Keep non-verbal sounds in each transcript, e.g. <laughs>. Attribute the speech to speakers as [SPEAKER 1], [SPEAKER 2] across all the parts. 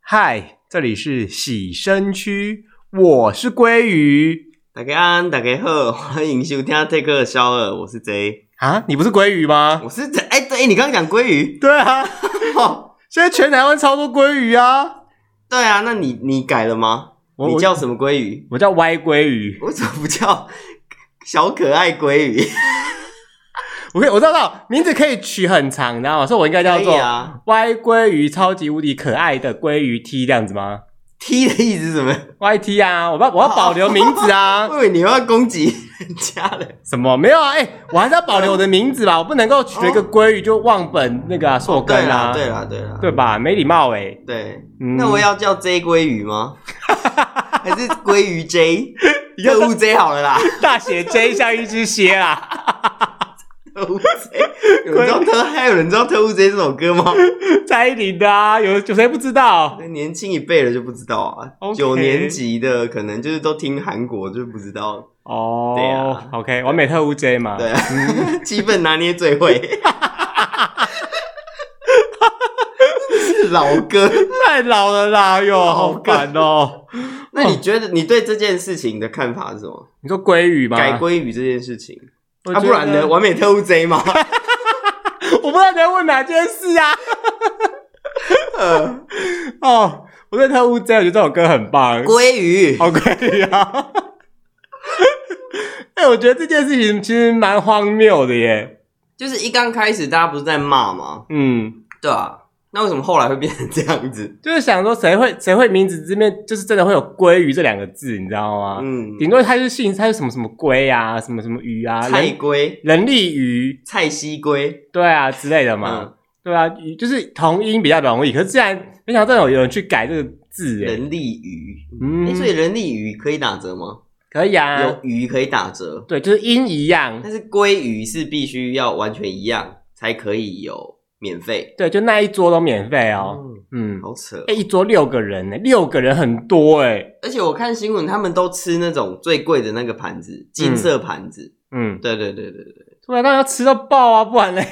[SPEAKER 1] 嗨，这里是洗身区，我是鲑鱼
[SPEAKER 2] 大家安，大家好， <laughs> 欢迎收听 Take 二肖二，我是 J，
[SPEAKER 1] 啊，你不是鲑鱼吗？
[SPEAKER 2] 我是 J，哎、对，你刚刚讲鲑鱼， <laughs>
[SPEAKER 1] 对啊，
[SPEAKER 2] 哦，
[SPEAKER 1] 现在全台湾超多鲑鱼啊，
[SPEAKER 2] 对啊，那你你改了吗？
[SPEAKER 1] 我
[SPEAKER 2] 你叫什么鲑鱼？
[SPEAKER 1] 我叫歪鲑鱼，
[SPEAKER 2] 我怎么不叫小可爱鲑鱼？
[SPEAKER 1] 我可以我知道知道名字可以取很长，你知道吗？所以我应该叫
[SPEAKER 2] 可以
[SPEAKER 1] 做
[SPEAKER 2] 啊
[SPEAKER 1] 歪鲑鱼，超级无敌可爱的鲑鱼 T 这样子吗
[SPEAKER 2] ，T 的意思是什么？
[SPEAKER 1] ？YT 啊，我要我要保留名字啊，
[SPEAKER 2] 我以为你又要攻击人家了。
[SPEAKER 1] <laughs> 什么没有啊？哎、我还是要保留我的名字吧，我不能够取了一个鲑鱼就忘本那个、啊、硕根
[SPEAKER 2] 对
[SPEAKER 1] 啊，
[SPEAKER 2] 啦，对啦，对啦，
[SPEAKER 1] 对吧？没礼貌哎、
[SPEAKER 2] 对，
[SPEAKER 1] 嗯
[SPEAKER 2] 那我要叫 J 鲑
[SPEAKER 1] <laughs>
[SPEAKER 2] 鱼吗？还是鲑鱼 J？
[SPEAKER 1] 你 <laughs> 要
[SPEAKER 2] 特务 J 好了啦，
[SPEAKER 1] 大写 J 像一只蝎啊！
[SPEAKER 2] 特务 J。有人知道特还有人知道特务 J 这首歌吗？
[SPEAKER 1] 蔡依林的啊，有有谁不知道？
[SPEAKER 2] 年轻一辈的就不知道啊
[SPEAKER 1] OK
[SPEAKER 2] 九年级的可能就是都听韩国就不知道，
[SPEAKER 1] 哦、
[SPEAKER 2] 对啊
[SPEAKER 1] o k 完美特务 J 嘛，
[SPEAKER 2] 对、啊，
[SPEAKER 1] <laughs>
[SPEAKER 2] 气氛拿捏最会， <laughs> 是老歌。
[SPEAKER 1] 太老了啦，哟，
[SPEAKER 2] 老
[SPEAKER 1] 好烦哦、
[SPEAKER 2] 那你觉得你对这件事情的看法是什么？
[SPEAKER 1] 你说鲑鱼吗？
[SPEAKER 2] 改鲑语这件事情，
[SPEAKER 1] 我
[SPEAKER 2] 啊，
[SPEAKER 1] 觉得
[SPEAKER 2] 不然呢？完美特务 J 吗？
[SPEAKER 1] <laughs> 我不知道你在问哪件事
[SPEAKER 2] <laughs>
[SPEAKER 1] 啊。哦，我对特务 J，我觉得这首歌很棒，
[SPEAKER 2] 鲑鱼，
[SPEAKER 1] 好鲑鱼啊！ <laughs> 哎、我觉得这件事情其实蛮荒谬的耶。
[SPEAKER 2] 就是一刚开始大家不是在骂吗？
[SPEAKER 1] 嗯，
[SPEAKER 2] 对啊，那为什么后来会变成这样子？
[SPEAKER 1] 就是想说谁会谁会名字这边就是真的会有鲑鱼这两个字，你知道吗？
[SPEAKER 2] 嗯，
[SPEAKER 1] 顶多他就是姓，他是什么什么龟啊，什么什么鱼啊，
[SPEAKER 2] 菜
[SPEAKER 1] 人
[SPEAKER 2] 龟、
[SPEAKER 1] 人力鱼，
[SPEAKER 2] 菜西龟，
[SPEAKER 1] 对啊之类的嘛，
[SPEAKER 2] 嗯，
[SPEAKER 1] 对啊，鱼就是同音比较容易，可是自然没想到有有人去改这个字哎，
[SPEAKER 2] 人力鱼，
[SPEAKER 1] 嗯，
[SPEAKER 2] 欸所以人力鱼可以打折吗？
[SPEAKER 1] 可以啊
[SPEAKER 2] 有，鱼可以打折，
[SPEAKER 1] 对，就是音一样，
[SPEAKER 2] 但是鲑鱼是必须要完全一样才可以有免费。
[SPEAKER 1] 对，就那一桌都免费哦，
[SPEAKER 2] 嗯，
[SPEAKER 1] 嗯，
[SPEAKER 2] 好扯哦。
[SPEAKER 1] 哎、一桌六个人呢，六个人很多哎，
[SPEAKER 2] 而且我看新闻，他们都吃那种最贵的那个盘子，金色盘子。
[SPEAKER 1] 嗯，
[SPEAKER 2] 对对对对对，
[SPEAKER 1] 突然当然要吃到爆啊，不然嘞，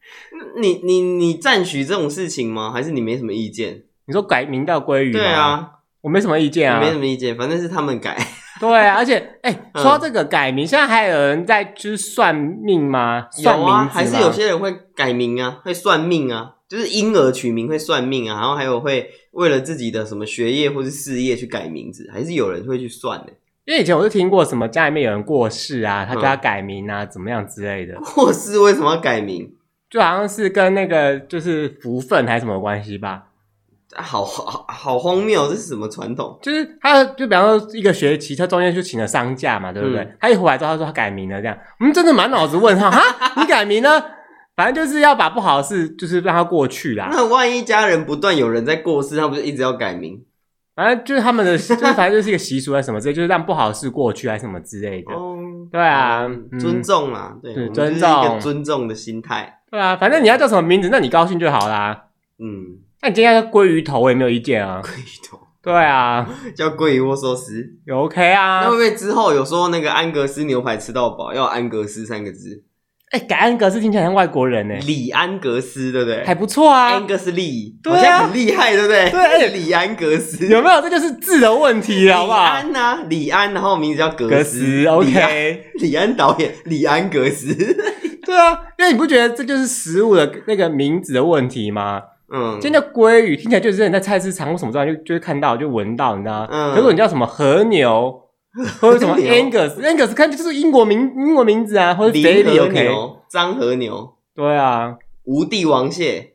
[SPEAKER 1] <laughs>
[SPEAKER 2] 你你你赞许这种事情吗？还是你没什么意见？
[SPEAKER 1] 你说改名叫鲑鱼，
[SPEAKER 2] 对，啊，
[SPEAKER 1] 我没什么意见啊，
[SPEAKER 2] 我没什么意见，反正是他们改。
[SPEAKER 1] <laughs> 对啊，而且哎、
[SPEAKER 2] 嗯
[SPEAKER 1] 说到这个改名，现在还有人在就是算命吗？
[SPEAKER 2] 有
[SPEAKER 1] 算名字吗
[SPEAKER 2] 啊，还是有些人会改名啊，会算命啊，就是婴儿取名会算命啊，然后还有会为了自己的什么学业或是事业去改名字，还是有人会去算的、 <laughs>
[SPEAKER 1] 因为以前我就听过什么家里面有人过世啊，他
[SPEAKER 2] 嗯
[SPEAKER 1] 就要改名啊，怎么样之类的，
[SPEAKER 2] 或是为什么要改名？
[SPEAKER 1] 就好像是跟那个就是福分还是什么关系吧。
[SPEAKER 2] 好好好荒谬，这是什么传统？
[SPEAKER 1] 就是他，就比方说一个学期，他中间就请了丧假嘛，对不对？
[SPEAKER 2] 嗯
[SPEAKER 1] 他一回来之后，他说他改名了，这样，我们真的满脑子问号，哈， <laughs> 你改名了？反正就是要把不好的事，就是让它过去啦。
[SPEAKER 2] 那万一家人不断有人在过世，他不是一直要改名？
[SPEAKER 1] 反正就是他们的，就是反正就是一个习俗啊什么之类，就是让不好的事过去啊什么之类的。
[SPEAKER 2] 哦，
[SPEAKER 1] 对啊
[SPEAKER 2] 嗯
[SPEAKER 1] 嗯
[SPEAKER 2] 尊重啦，对，我
[SPEAKER 1] 对尊
[SPEAKER 2] 们就是
[SPEAKER 1] 重
[SPEAKER 2] 一个尊重的心态。
[SPEAKER 1] 对啊，反正你要叫什么名字，那你高兴就好啦。
[SPEAKER 2] 嗯，
[SPEAKER 1] 那你今天叫鲑鱼头，我也没有意见啊。
[SPEAKER 2] 鲑鱼头
[SPEAKER 1] 对啊，
[SPEAKER 2] 叫鲑鱼握寿司，
[SPEAKER 1] 也 OK 啊
[SPEAKER 2] 那会。不会之后有说那个安格斯牛排吃到饱，要有安格斯三个字？
[SPEAKER 1] 哎、改安格斯听起来像外国人呢、
[SPEAKER 2] 李安格斯，对不对？
[SPEAKER 1] 还不错啊
[SPEAKER 2] 安。格斯利，
[SPEAKER 1] 对啊
[SPEAKER 2] 好像很厉害，对不对？
[SPEAKER 1] 对而且
[SPEAKER 2] 李安格斯，
[SPEAKER 1] 有没有？这就是字的问题，好不
[SPEAKER 2] 李
[SPEAKER 1] 好？
[SPEAKER 2] 安呐、啊，李安，然后名字叫格
[SPEAKER 1] 格
[SPEAKER 2] 斯
[SPEAKER 1] 斯
[SPEAKER 2] 李安
[SPEAKER 1] ，OK。
[SPEAKER 2] 李安导演，李安格斯， <laughs>
[SPEAKER 1] 对啊，因为你不觉得这就是食物的那个名字的问题吗？
[SPEAKER 2] 嗯，
[SPEAKER 1] 今天叫鲑鱼，听起来就是你在菜市场或什么地方就就会看到，就闻到，你知道吗？
[SPEAKER 2] 嗯
[SPEAKER 1] 可是如果你叫什么和
[SPEAKER 2] <laughs>
[SPEAKER 1] 牛，或者什么
[SPEAKER 2] 和牛
[SPEAKER 1] Angus，Angus 看就是英国名英国名字啊，或者
[SPEAKER 2] 林
[SPEAKER 1] 肥里
[SPEAKER 2] 和
[SPEAKER 1] OK。
[SPEAKER 2] 牛，张和牛，
[SPEAKER 1] 对啊，
[SPEAKER 2] 无帝王蟹，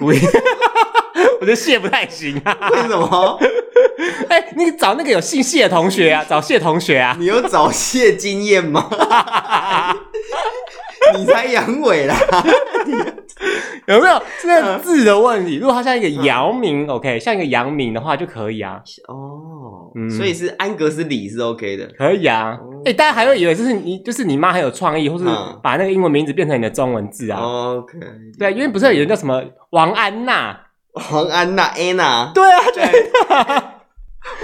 [SPEAKER 1] 不一 <laughs> 我觉得蟹不太行啊。
[SPEAKER 2] 为什么？
[SPEAKER 1] <laughs> 哎、那个找那个有姓谢的同学啊，找谢同学啊。
[SPEAKER 2] 你有找蟹经
[SPEAKER 1] <laughs>
[SPEAKER 2] 验吗？你才阳痿啦！
[SPEAKER 1] 有没有这个字的问题？如果它像一个姚明、o k 像一个杨明的话就可以啊，
[SPEAKER 2] 哦，
[SPEAKER 1] 嗯
[SPEAKER 2] 所以是安格斯里是 OK 的，
[SPEAKER 1] 可以啊。哎
[SPEAKER 2] 哦、
[SPEAKER 1] 大家还会以为就是你，就是你妈很有创意，或是
[SPEAKER 2] 嗯
[SPEAKER 1] 把那个英文名字变成你的中文字啊。
[SPEAKER 2] OK，
[SPEAKER 1] 对，啊因为不是有人叫什么王安娜？
[SPEAKER 2] 黄安娜 Anna，
[SPEAKER 1] 对啊，
[SPEAKER 2] 对，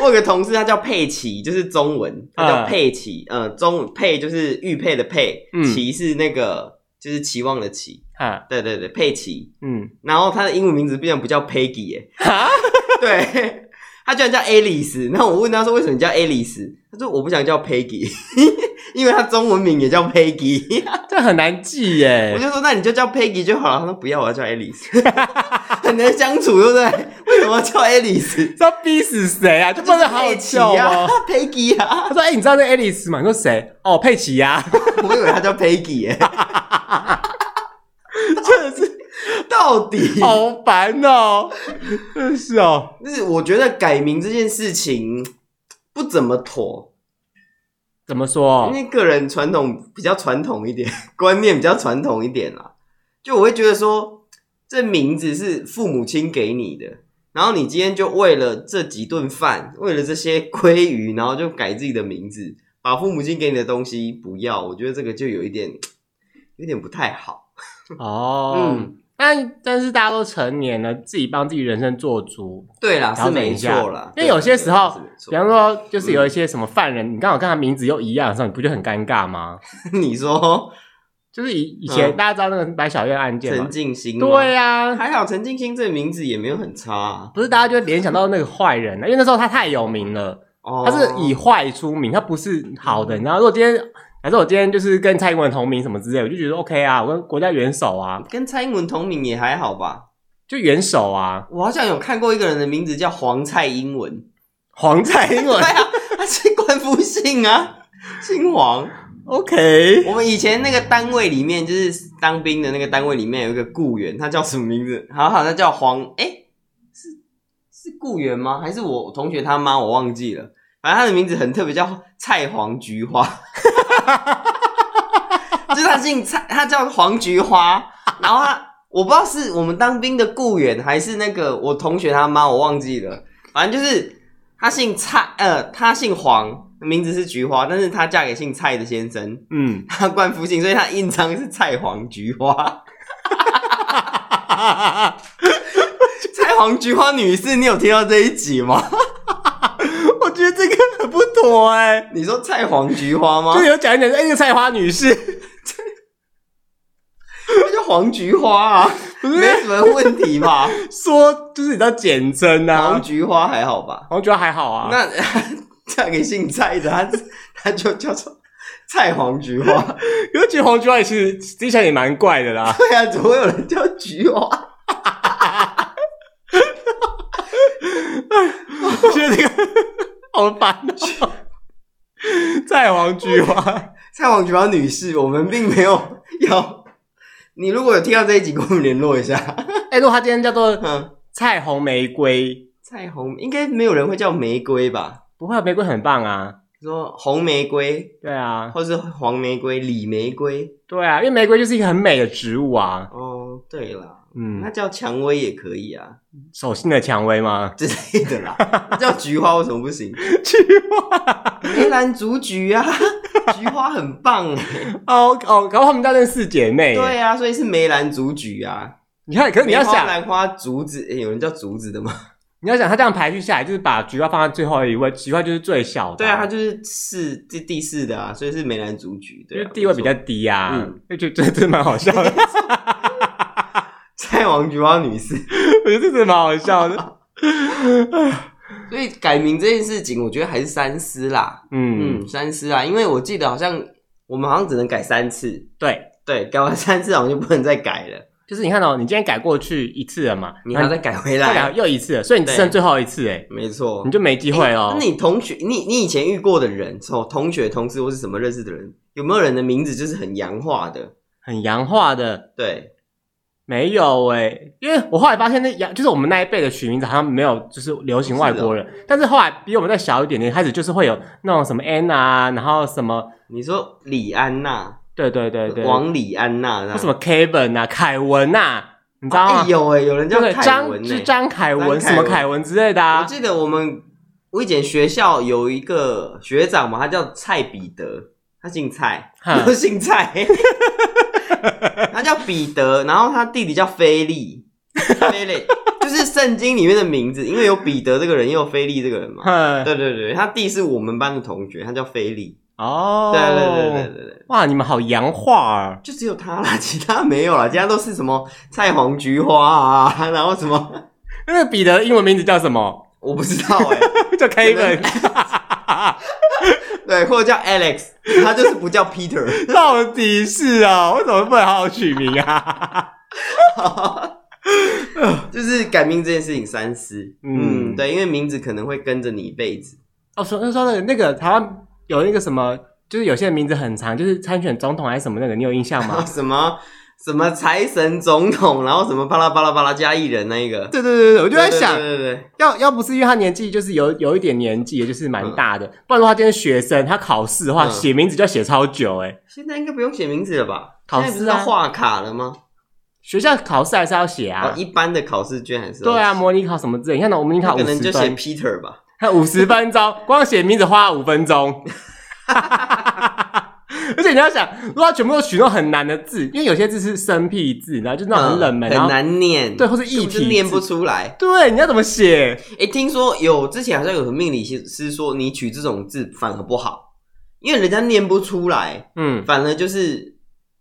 [SPEAKER 2] 我有个同事，他叫佩奇，就是中文，
[SPEAKER 1] 啊
[SPEAKER 2] 他叫佩奇，呃，中文佩就是玉佩的佩，
[SPEAKER 1] 嗯
[SPEAKER 2] 奇是那个就是期望的期，
[SPEAKER 1] 哈，
[SPEAKER 2] 对对对，佩奇。
[SPEAKER 1] 嗯，啊
[SPEAKER 2] 然后他的英文名字竟然不叫 Peggy 耶、
[SPEAKER 1] 哈，
[SPEAKER 2] 对，他居然叫 Alice。然后我问他说为什么你叫 Alice，他说我不想叫 Peggy，因 <laughs> 为他中文名也叫 Peggy。
[SPEAKER 1] 这很难记
[SPEAKER 2] 我
[SPEAKER 1] 耶。
[SPEAKER 2] 就说那你就叫 Peggy 就好了。他说不要，我要叫 Alice，很 <laughs> 难相处，对不对？为什么要叫 Alice？
[SPEAKER 1] 这要逼死谁 <laughs> 啊？就不能好好
[SPEAKER 2] 佩奇
[SPEAKER 1] 叫
[SPEAKER 2] 啊
[SPEAKER 1] 吗？
[SPEAKER 2] ，Peggy 啊 <laughs>
[SPEAKER 1] 他，说：“哎、你知道那 Alice 吗？”你说谁？哦，佩奇呀、 <laughs>
[SPEAKER 2] 我以为他叫 Peggy 耶、 <laughs>
[SPEAKER 1] 真的是
[SPEAKER 2] 到底
[SPEAKER 1] 好烦哦，真是哦。
[SPEAKER 2] 就是我觉得改名这件事情不怎么妥，
[SPEAKER 1] 怎么说
[SPEAKER 2] 因？为个人传统比较传统一点， <laughs> 观念比较传统一点啦。就我会觉得说，这名字是父母亲给你的，然后你今天就为了这几顿饭，为了这些鲑鱼，然后就改自己的名字，把父母亲给你的东西不要，我觉得这个就有一点，有点不太好。
[SPEAKER 1] 哦，
[SPEAKER 2] 嗯，
[SPEAKER 1] 但但是大家都成年了，自己帮自己人生做主。
[SPEAKER 2] 对啦，是
[SPEAKER 1] 调整
[SPEAKER 2] 没
[SPEAKER 1] 一下
[SPEAKER 2] 错啦，
[SPEAKER 1] 因为有些时候
[SPEAKER 2] 对啦是
[SPEAKER 1] 比
[SPEAKER 2] 没
[SPEAKER 1] 方
[SPEAKER 2] 错
[SPEAKER 1] 说，就是有一些什么犯人，你刚好跟他名字又一样的时候，你不就很尴尬吗？
[SPEAKER 2] 你说
[SPEAKER 1] 就是以以前、
[SPEAKER 2] 嗯啊
[SPEAKER 1] 大家知道那个白小燕案件嘛
[SPEAKER 2] 陈，静心吗，
[SPEAKER 1] 对啊呀、
[SPEAKER 2] 还好陈静心这个名字也没有很差、啊，
[SPEAKER 1] 不是大家就会联想到那个坏人啊了，因为那时候他太有名了，
[SPEAKER 2] 哦
[SPEAKER 1] 他
[SPEAKER 2] 嗯
[SPEAKER 1] 是以坏出名，他不是好的。然后如果今天，还是我今天就是跟蔡英文同名什么之类，我就觉得 OK 啊，我跟国家元首啊，
[SPEAKER 2] 跟蔡英文同名也还好吧。
[SPEAKER 1] 就元首啊，
[SPEAKER 2] 我好像有看过一个人的名字叫黄蔡英文，
[SPEAKER 1] 黄蔡英
[SPEAKER 2] 对 <laughs>
[SPEAKER 1] 文 <laughs>
[SPEAKER 2] 啊，他是官夫姓啊，姓黄。
[SPEAKER 1] OK，
[SPEAKER 2] <laughs> 我们以前那个单位里面，就是当兵的那个单位里面有一个雇员，他叫什么名字？好好，他叫黄，哎、是是雇员吗？还是我同学他妈？我忘记了。反正他的名字很特别，叫蔡黄菊花， <laughs> 就是他姓蔡，他叫黄菊花。然后他，我不知道是我们当兵的雇员，还是那个我同学他妈，我忘记了。反正就是他姓蔡，呃，他姓黄，名字是菊花，但是他嫁给姓蔡的先生。 <laughs>
[SPEAKER 1] 嗯，
[SPEAKER 2] 他冠夫姓，所以他印章是菜黄菊花。 <laughs> 菜黄菊花女士，你有听到这一集吗？ <laughs>
[SPEAKER 1] 我觉得这个很不妥哎、
[SPEAKER 2] 你说菜黄菊花吗
[SPEAKER 1] 就？有讲一讲，哎、那个菜花女士， <laughs>
[SPEAKER 2] 那就黄菊花啊，
[SPEAKER 1] 不
[SPEAKER 2] 没
[SPEAKER 1] 是
[SPEAKER 2] 什么问题 <laughs> 吧？
[SPEAKER 1] 说就是你知道简称啊
[SPEAKER 2] 黄，菊花还好吧？
[SPEAKER 1] 我觉得还好啊。
[SPEAKER 2] 那 <laughs> 嫁给姓蔡的，他 <laughs> 他就叫做菜黄菊花。 <laughs>
[SPEAKER 1] 可是觉得黄菊花也其实听起来也蛮怪的 <laughs> 啦。
[SPEAKER 2] 对啊，怎么会有人叫菊花？
[SPEAKER 1] 我觉得这个 <laughs> 好烦 <laughs> 哦。菜黄菊花，
[SPEAKER 2] 菜黄菊花女士，我们并没有要。你如果有听到这一集，跟我们联络一下。 <laughs>
[SPEAKER 1] 哎、如果它今天叫做
[SPEAKER 2] 嗯。
[SPEAKER 1] 菜红玫瑰，
[SPEAKER 2] 菜红应该没有人会叫玫瑰吧？
[SPEAKER 1] 不会啊，玫瑰很棒啊。
[SPEAKER 2] 说红玫瑰，
[SPEAKER 1] 对啊，
[SPEAKER 2] 或是黄玫瑰、李玫瑰。
[SPEAKER 1] 对啊，因为玫瑰就是一个很美的植物啊。
[SPEAKER 2] 哦，对啦，那
[SPEAKER 1] 嗯，
[SPEAKER 2] 叫蔷薇也可以啊 <laughs>
[SPEAKER 1] 手心的蔷薇 <laughs> 吗？
[SPEAKER 2] 之类的啦。那叫菊花为什么不行？
[SPEAKER 1] 菊花，
[SPEAKER 2] 梅兰竹菊啊， <laughs> 菊花很棒哎。
[SPEAKER 1] 哦哦，搞不好他们家认识姐妹。
[SPEAKER 2] 对，啊，所以是梅兰竹菊啊。
[SPEAKER 1] 你看，可是你要
[SPEAKER 2] 梅花
[SPEAKER 1] 想，
[SPEAKER 2] 兰花、竹子，诶有人叫竹子的吗？
[SPEAKER 1] 你要想，它这样排序下来，就是把菊花放在最后一位，菊花就是最小的。
[SPEAKER 2] 对啊，它就是四第第四的啊，所以是梅兰竹菊。
[SPEAKER 1] 就
[SPEAKER 2] 对
[SPEAKER 1] 是
[SPEAKER 2] 啊，
[SPEAKER 1] 地位比较
[SPEAKER 2] 没错
[SPEAKER 1] 低啊。
[SPEAKER 2] 嗯
[SPEAKER 1] 嗯，就 <laughs> 觉得这蛮好笑的。
[SPEAKER 2] 菜王菊花女士。
[SPEAKER 1] 我觉得这真的蛮好笑
[SPEAKER 2] <laughs>
[SPEAKER 1] 的。
[SPEAKER 2] 所以改名这件事情，我觉得还是三思啦。
[SPEAKER 1] 嗯，
[SPEAKER 2] 嗯，三思啊，因为我记得好像我们好像只能改三次，
[SPEAKER 1] 对，
[SPEAKER 2] 对，改完三次好像就不能再改了，
[SPEAKER 1] 就是你看哦，你今天改过去一次了嘛，
[SPEAKER 2] 你还
[SPEAKER 1] 然后
[SPEAKER 2] 要再改回
[SPEAKER 1] 再改
[SPEAKER 2] 来。
[SPEAKER 1] 又一次了，所以你只剩
[SPEAKER 2] 对
[SPEAKER 1] 最后一次，哎，
[SPEAKER 2] 没错，
[SPEAKER 1] 你就没机会哦
[SPEAKER 2] 那。你同学，你你以前遇过的人，从同学、同事或是什么认识的人，有没有人的名字就是很洋化的？
[SPEAKER 1] 很洋化的，
[SPEAKER 2] 对，
[SPEAKER 1] 没有哎，因为我后来发现那洋就是我们那一辈的取名字好像没有就是流行外国人，
[SPEAKER 2] 哦
[SPEAKER 1] 但是后来比我们再小一点点开始就是会有那种什么 Anna，啊然后什么，
[SPEAKER 2] 你说李安娜，
[SPEAKER 1] 对对对对，
[SPEAKER 2] 王李安娜，
[SPEAKER 1] 什么 Kevin 啊，凯文啊，你知道
[SPEAKER 2] 哎、
[SPEAKER 1] 吗？
[SPEAKER 2] 有哎、有人叫
[SPEAKER 1] 对，
[SPEAKER 2] 凯
[SPEAKER 1] 张
[SPEAKER 2] 文
[SPEAKER 1] 是
[SPEAKER 2] 呢、
[SPEAKER 1] 张凯
[SPEAKER 2] 张凯文
[SPEAKER 1] 文什么凯文之类的
[SPEAKER 2] 我
[SPEAKER 1] 啊，
[SPEAKER 2] 记得我们我以前学校有一个学长嘛，他叫蔡彼得，他姓蔡，
[SPEAKER 1] <laughs> 哈
[SPEAKER 2] 都 <laughs> 姓蔡，他叫彼得，然后他弟弟叫菲利，菲利就是圣经里面的名字，因为有彼得这个人，也有菲利这个
[SPEAKER 1] <laughs>
[SPEAKER 2] 人嘛。
[SPEAKER 1] 哼，
[SPEAKER 2] 对对对，他弟是我们班的同学，他叫菲利。
[SPEAKER 1] 哦，
[SPEAKER 2] 对对对对对对，
[SPEAKER 1] 哇，你们好洋化啊！
[SPEAKER 2] 就只有他啦，其他没有啦，其他都是什么菜黄菊花啊，然后什么 <laughs>
[SPEAKER 1] 那个彼得的英文名字叫什么？ <laughs>
[SPEAKER 2] 我不知道哎、
[SPEAKER 1] 叫 Kevin，
[SPEAKER 2] 对，或者叫 Alex，他就是不叫 Peter。
[SPEAKER 1] <laughs> 到底是啊？为什么不能好好取名啊？
[SPEAKER 2] 就是改名这件事情三思。
[SPEAKER 1] 嗯
[SPEAKER 2] 嗯，对，因为名字可能会跟着你一辈子。
[SPEAKER 1] <laughs> 哦，说那说那个那个台湾有那个什么，就是有些人名字很长，就是参选总统还是什么那个，你有印象吗
[SPEAKER 2] 啊？什么什么财神总统，然后什么巴拉巴拉巴拉加一人那一个，
[SPEAKER 1] <laughs> 对对对对，我就在
[SPEAKER 2] 对
[SPEAKER 1] 想，
[SPEAKER 2] 对对对对
[SPEAKER 1] 要要不是因为他年纪就是有有一点年纪，也就是蛮大的，不然的话，今天学生他考试的话，
[SPEAKER 2] 嗯
[SPEAKER 1] 写名字就要写超久哎、
[SPEAKER 2] 现在应该不用写名字了吧？
[SPEAKER 1] 考试啊
[SPEAKER 2] 现在不是要画卡了吗？
[SPEAKER 1] 学校考试还是要写啊。
[SPEAKER 2] 哦，一般的考试卷还是
[SPEAKER 1] 对啊，，模拟考什么之类，你看到我们模拟考
[SPEAKER 2] 那可
[SPEAKER 1] 五
[SPEAKER 2] 能就
[SPEAKER 1] 十
[SPEAKER 2] 写
[SPEAKER 1] 分，
[SPEAKER 2] Peter 吧。
[SPEAKER 1] 看五十分钟，光写名字花了五分钟。 <laughs> 而且你要想，如果他全部都取那种很难的字，因为有些字是生僻字，然后就那种很冷门，
[SPEAKER 2] 嗯
[SPEAKER 1] 然
[SPEAKER 2] 很
[SPEAKER 1] 后
[SPEAKER 2] 难念，
[SPEAKER 1] 对，或是议
[SPEAKER 2] 根本就
[SPEAKER 1] 题
[SPEAKER 2] 念
[SPEAKER 1] 字
[SPEAKER 2] 不出来。
[SPEAKER 1] 对，你要怎么写？
[SPEAKER 2] 哎，听说有之前好像有个命理师师说，你取这种字反而不好，因为人家念不出来，
[SPEAKER 1] 嗯
[SPEAKER 2] 反而就是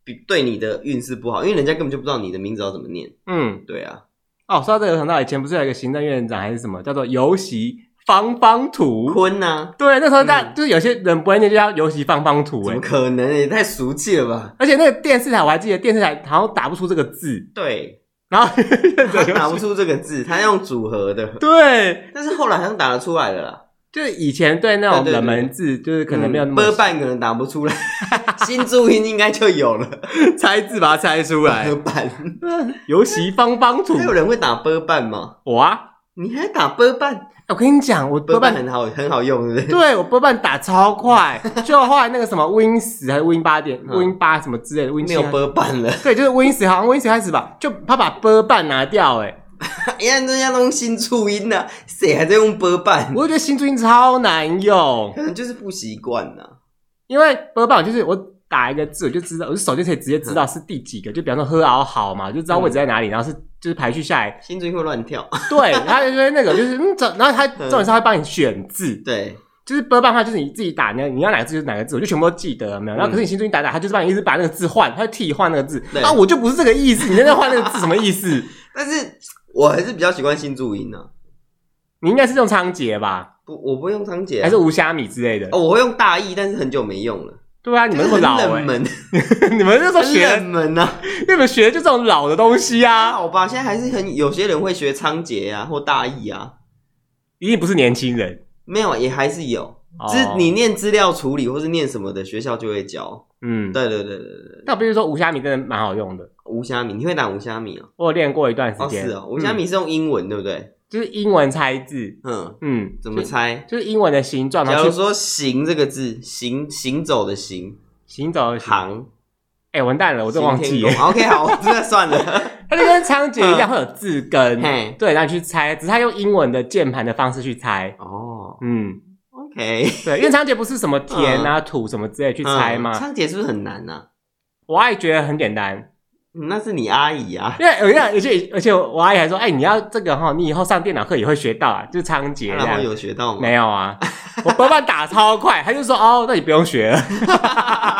[SPEAKER 2] 比对你的运势不好，因为人家根本就不知道你的名字要怎么念。
[SPEAKER 1] 嗯，
[SPEAKER 2] 对啊，
[SPEAKER 1] 哦，说到这个，我想到以前不是有一个行政院长还是什么，叫做游习方方图，
[SPEAKER 2] 坤呐、
[SPEAKER 1] 对，那时候大、
[SPEAKER 2] 嗯
[SPEAKER 1] 就是有些人不会念，就叫游戏放放图
[SPEAKER 2] 怎
[SPEAKER 1] 哎
[SPEAKER 2] 么。可能？也太俗气了吧？
[SPEAKER 1] 而且那个电视台我还记得，电视台好像打不出这个 <laughs> 字，
[SPEAKER 2] 对，
[SPEAKER 1] 然后
[SPEAKER 2] 他打不出这个字，他用组合的，
[SPEAKER 1] <laughs> 对，
[SPEAKER 2] 但是后来好像打得出来了啦。
[SPEAKER 1] 就是以前对那种
[SPEAKER 2] 对对对
[SPEAKER 1] 冷门字，就是可能没有那么
[SPEAKER 2] 嗯、半可能打不出
[SPEAKER 1] <laughs>
[SPEAKER 2] 来，新注音应该就有了。
[SPEAKER 1] 猜字把它猜出来
[SPEAKER 2] 波。半，
[SPEAKER 1] <laughs> 游戏方方图
[SPEAKER 2] 还，有人会打波半吗？
[SPEAKER 1] 我啊，
[SPEAKER 2] 你还打波半？
[SPEAKER 1] 哎我跟你讲，我
[SPEAKER 2] 波
[SPEAKER 1] 波
[SPEAKER 2] 半
[SPEAKER 1] 半
[SPEAKER 2] 很好，很好用，对不对？
[SPEAKER 1] 对我波半打超快，就后来那个什么 Win 十还是 Win 八点 Win 八什么之类的 Win
[SPEAKER 2] 没有
[SPEAKER 1] 7
[SPEAKER 2] 波半了，
[SPEAKER 1] 对，就是 Win 十，好像 Win 十开始吧，就他把波半拿掉、欸，哎，
[SPEAKER 2] 因为人家都用新注音呢、谁还在用波半？
[SPEAKER 1] 我就觉得新注音超难用。
[SPEAKER 2] 可能就是不习惯啊呐。
[SPEAKER 1] 因为波棒就是我打一个字，我就知道，我手就可以直接知
[SPEAKER 2] 嗯
[SPEAKER 1] 道是第几个。就比方说喝熬好嘛，就知道位置在哪里，然后是就是排序下来。
[SPEAKER 2] 新注音会乱跳，
[SPEAKER 1] 对，他就说那个就是嗯，这然后他重
[SPEAKER 2] 嗯
[SPEAKER 1] 点是他会帮你选字，
[SPEAKER 2] 对，
[SPEAKER 1] 就是波棒的话就是你自己打，你要你要哪个字就是哪个字，我就全部都记得有没有？然后可是你新注音打打，他就是帮你一直把那个字换，他就替你换那个字。
[SPEAKER 2] 嗯对
[SPEAKER 1] 啊，我就不是这个意思，你在那换那个字什么意思？
[SPEAKER 2] 但是我还是比较习惯新注音呢、
[SPEAKER 1] 你应该是用仓颉吧，
[SPEAKER 2] 不，我不会用仓颉、啊，
[SPEAKER 1] 还是无虾米之类的？
[SPEAKER 2] 哦，我会用大意，但是很久没用了，
[SPEAKER 1] 对啊，你们那么
[SPEAKER 2] 就是
[SPEAKER 1] 老
[SPEAKER 2] 很
[SPEAKER 1] 哎
[SPEAKER 2] 冷、门，
[SPEAKER 1] 你们那时候
[SPEAKER 2] 很
[SPEAKER 1] 学的，
[SPEAKER 2] 冷门呐、
[SPEAKER 1] 你们学的就这种老的东西
[SPEAKER 2] 啊。
[SPEAKER 1] 啊，
[SPEAKER 2] 好吧，现在还是很有些人会学仓颉啊或大意啊，
[SPEAKER 1] 一定不是年轻人。
[SPEAKER 2] 没有也还是有，只
[SPEAKER 1] 哦
[SPEAKER 2] 是你念资料处理或是念什么的，学校就会教。
[SPEAKER 1] 嗯，
[SPEAKER 2] 对对对对对，
[SPEAKER 1] 但我必须说，无虾米真的蛮好用的。
[SPEAKER 2] 无虾米，你会打无虾米哦？
[SPEAKER 1] 我有练过一段时
[SPEAKER 2] 哦
[SPEAKER 1] 间，
[SPEAKER 2] 是哦，无虾
[SPEAKER 1] 嗯
[SPEAKER 2] 米是用英文对不对？
[SPEAKER 1] 就是英文猜字，
[SPEAKER 2] 嗯，
[SPEAKER 1] 嗯，
[SPEAKER 2] 怎么
[SPEAKER 1] 就？
[SPEAKER 2] 猜？
[SPEAKER 1] 就是英文的形状，然
[SPEAKER 2] 假
[SPEAKER 1] 后
[SPEAKER 2] 如
[SPEAKER 1] 去
[SPEAKER 2] 说“行”这个字，行行走的行，
[SPEAKER 1] 行走的行。
[SPEAKER 2] 行，
[SPEAKER 1] 哎、完蛋了，我真忘记
[SPEAKER 2] 行
[SPEAKER 1] 了
[SPEAKER 2] 天。宫 OK，好，
[SPEAKER 1] <laughs>
[SPEAKER 2] 我真的算了。
[SPEAKER 1] 它就跟仓颉一样，
[SPEAKER 2] 嗯
[SPEAKER 1] 会有字根，
[SPEAKER 2] 嘿
[SPEAKER 1] 对，然后你去猜，只是它用英文的键盘的方式去猜。
[SPEAKER 2] 哦
[SPEAKER 1] 嗯，
[SPEAKER 2] ，OK，
[SPEAKER 1] 对，因为仓颉不是什么田啊、土什么之类去猜
[SPEAKER 2] 嗯
[SPEAKER 1] 嘛，
[SPEAKER 2] 仓颉是不是很难呐？
[SPEAKER 1] 我阿姨觉得很简单，
[SPEAKER 2] 嗯那是你阿姨啊。
[SPEAKER 1] 因为我跟你讲，而且而且我阿姨还说，哎、你要这个哈，你以后上电脑课也会学到啊，就是仓颉这
[SPEAKER 2] 然后
[SPEAKER 1] 样。
[SPEAKER 2] 有学到吗？
[SPEAKER 1] 没有啊，我波棒打超快，他就说哦，那你不用学了。
[SPEAKER 2] <laughs>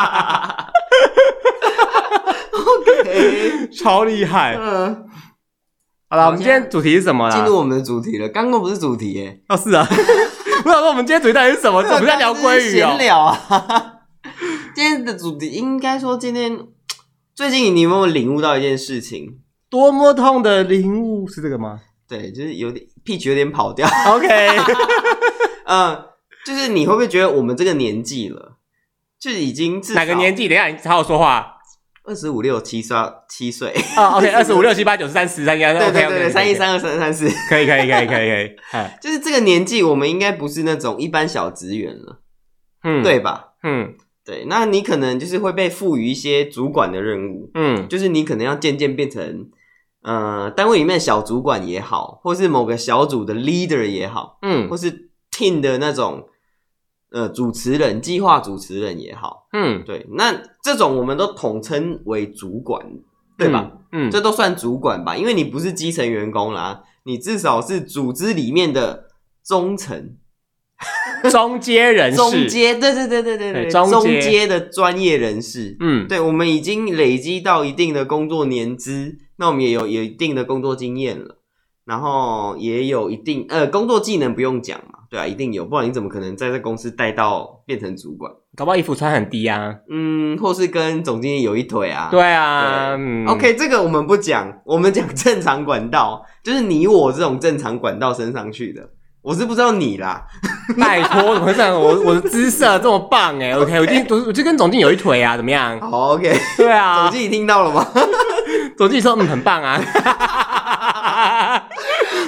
[SPEAKER 2] OK，
[SPEAKER 1] 超厉害！
[SPEAKER 2] 嗯，
[SPEAKER 1] 好了，
[SPEAKER 2] 好
[SPEAKER 1] 我们今天主题是什么
[SPEAKER 2] 进
[SPEAKER 1] 啦？
[SPEAKER 2] 入我们的主题了。刚刚不是主题耶，
[SPEAKER 1] 哦，
[SPEAKER 2] <laughs>
[SPEAKER 1] 是啊，我想说我们今天主题到底是什么？我们在聊鲑鱼
[SPEAKER 2] 刚刚
[SPEAKER 1] 哦
[SPEAKER 2] 只是闲。聊啊。 <laughs> 今天的主题应该说，今天最近你有没有领悟到一件事情？
[SPEAKER 1] 多么痛的领悟是这个吗
[SPEAKER 2] 对，就是有点 pitch 有点跑掉。 <laughs>
[SPEAKER 1] ？OK，
[SPEAKER 2] 嗯，就是你会不会觉得我们这个年纪了，就已经至
[SPEAKER 1] <laughs>
[SPEAKER 2] 少
[SPEAKER 1] 哪个年纪？等一下，你好好说话
[SPEAKER 2] 二十五六七刷七岁？
[SPEAKER 1] 啊。OK，二十 <laughs> 五六七八九十三十三，应该
[SPEAKER 2] 哦对
[SPEAKER 1] OK
[SPEAKER 2] 对
[SPEAKER 1] OK，
[SPEAKER 2] 对，
[SPEAKER 1] OK，
[SPEAKER 2] 三一，三二三三四，
[SPEAKER 1] 可以可以可以可以可
[SPEAKER 2] <laughs>
[SPEAKER 1] 以。哎
[SPEAKER 2] 就是这个年纪，我们应该不是那种一般小职员了，
[SPEAKER 1] 嗯，
[SPEAKER 2] 对，吧？
[SPEAKER 1] 嗯
[SPEAKER 2] 对，那你可能就是会被赋予一些主管的任务，
[SPEAKER 1] 嗯
[SPEAKER 2] 就是你可能要渐渐变成，呃，单位里面的小主管也好，或是某个小组的 leader 也好，
[SPEAKER 1] 嗯
[SPEAKER 2] 或是 team 的那种，呃，主持人、计划主持人也好，
[SPEAKER 1] 嗯，
[SPEAKER 2] 对，那这种我们都统称为主管，对吧？？
[SPEAKER 1] 嗯，
[SPEAKER 2] 这都算主管吧，因为你不是基层员工啦，你至少是组织里面的中层、
[SPEAKER 1] 中间人士，
[SPEAKER 2] 中，阶，对对对对对
[SPEAKER 1] 对
[SPEAKER 2] 对，
[SPEAKER 1] 中阶
[SPEAKER 2] 中阶的专业人士，
[SPEAKER 1] 嗯，
[SPEAKER 2] 对，我们已经累积到一定的工作年资，那我们也有有一定的工作经验了。然后也有一定呃工作技能不用讲嘛，对啊，一定有，不然你怎么可能在这公司待到变成主管？
[SPEAKER 1] 搞不好衣服穿很低啊。
[SPEAKER 2] 嗯，或是跟总经理有一腿啊？
[SPEAKER 1] 对啊，嗯
[SPEAKER 2] OK，这个我们不讲，我们讲正常管道，就是你我这种正常管道升上去的。我是不知道你啦，
[SPEAKER 1] <laughs> 拜托，怎么会这样？我我的姿色这么棒哎、o k 我今我我就跟总经理有一腿啊，怎么样？
[SPEAKER 2] 好，OK，
[SPEAKER 1] <laughs> 对啊，
[SPEAKER 2] 总经理听到了吗？
[SPEAKER 1] 总经理说嗯很棒
[SPEAKER 2] <laughs>
[SPEAKER 1] 啊，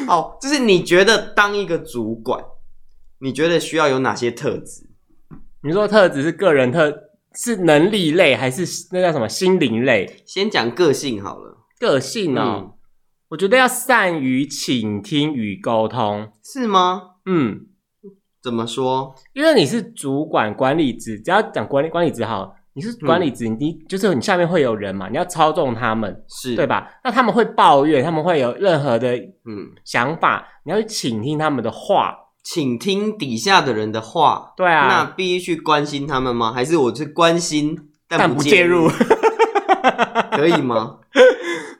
[SPEAKER 2] 好，哦就是你觉得当一个主管，你觉得需要有哪些特质？
[SPEAKER 1] 你说特质是个人特是能力类还是那叫什么心灵类
[SPEAKER 2] 先讲个性好了，
[SPEAKER 1] 个性哦？
[SPEAKER 2] 嗯
[SPEAKER 1] 我觉得要善于倾听与沟通，
[SPEAKER 2] 是吗？
[SPEAKER 1] 嗯，
[SPEAKER 2] 怎么说？
[SPEAKER 1] 因为你是主管管理职，只要讲管理管理职好，你是管理职，
[SPEAKER 2] 嗯
[SPEAKER 1] 你就是你下面会有人嘛，你要操纵他们，
[SPEAKER 2] 是
[SPEAKER 1] 对？吧？那他们会抱怨，他们会有任何的
[SPEAKER 2] 嗯，
[SPEAKER 1] 想法，你要去倾听他们的话。
[SPEAKER 2] 请听底下的人的话，
[SPEAKER 1] 对
[SPEAKER 2] 那
[SPEAKER 1] 啊，
[SPEAKER 2] 必须去关心他们吗？还是我是关心
[SPEAKER 1] 但
[SPEAKER 2] 但
[SPEAKER 1] 不
[SPEAKER 2] 不
[SPEAKER 1] 介 <laughs> 入
[SPEAKER 2] 可以吗？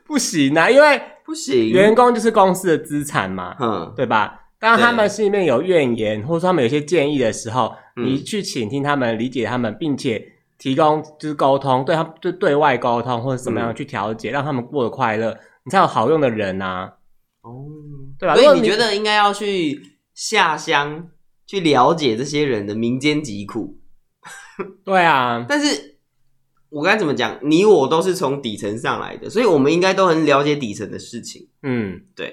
[SPEAKER 1] 不行啊，因为
[SPEAKER 2] 不行，
[SPEAKER 1] 员工就是公司的资产嘛，
[SPEAKER 2] 嗯，
[SPEAKER 1] 对吧？当他们
[SPEAKER 2] 对
[SPEAKER 1] 心里面有怨言，或者说他们有一些建议的时候，
[SPEAKER 2] 嗯
[SPEAKER 1] 你去倾听他们，理解他们，并且提供就是沟通，对他就对外沟通或者怎么样
[SPEAKER 2] 嗯
[SPEAKER 1] 去调解，让他们过得快乐，你才有好用的人啊。
[SPEAKER 2] 哦，
[SPEAKER 1] 对吧如
[SPEAKER 2] 所
[SPEAKER 1] 果
[SPEAKER 2] 以你
[SPEAKER 1] 你
[SPEAKER 2] 觉得应该要去下乡去了解这些人的民间疾苦，
[SPEAKER 1] 对啊，
[SPEAKER 2] 但是我该怎么讲？你我都是从底层上来的，所以我们应该都很了解底层的事情。
[SPEAKER 1] 嗯，
[SPEAKER 2] 对，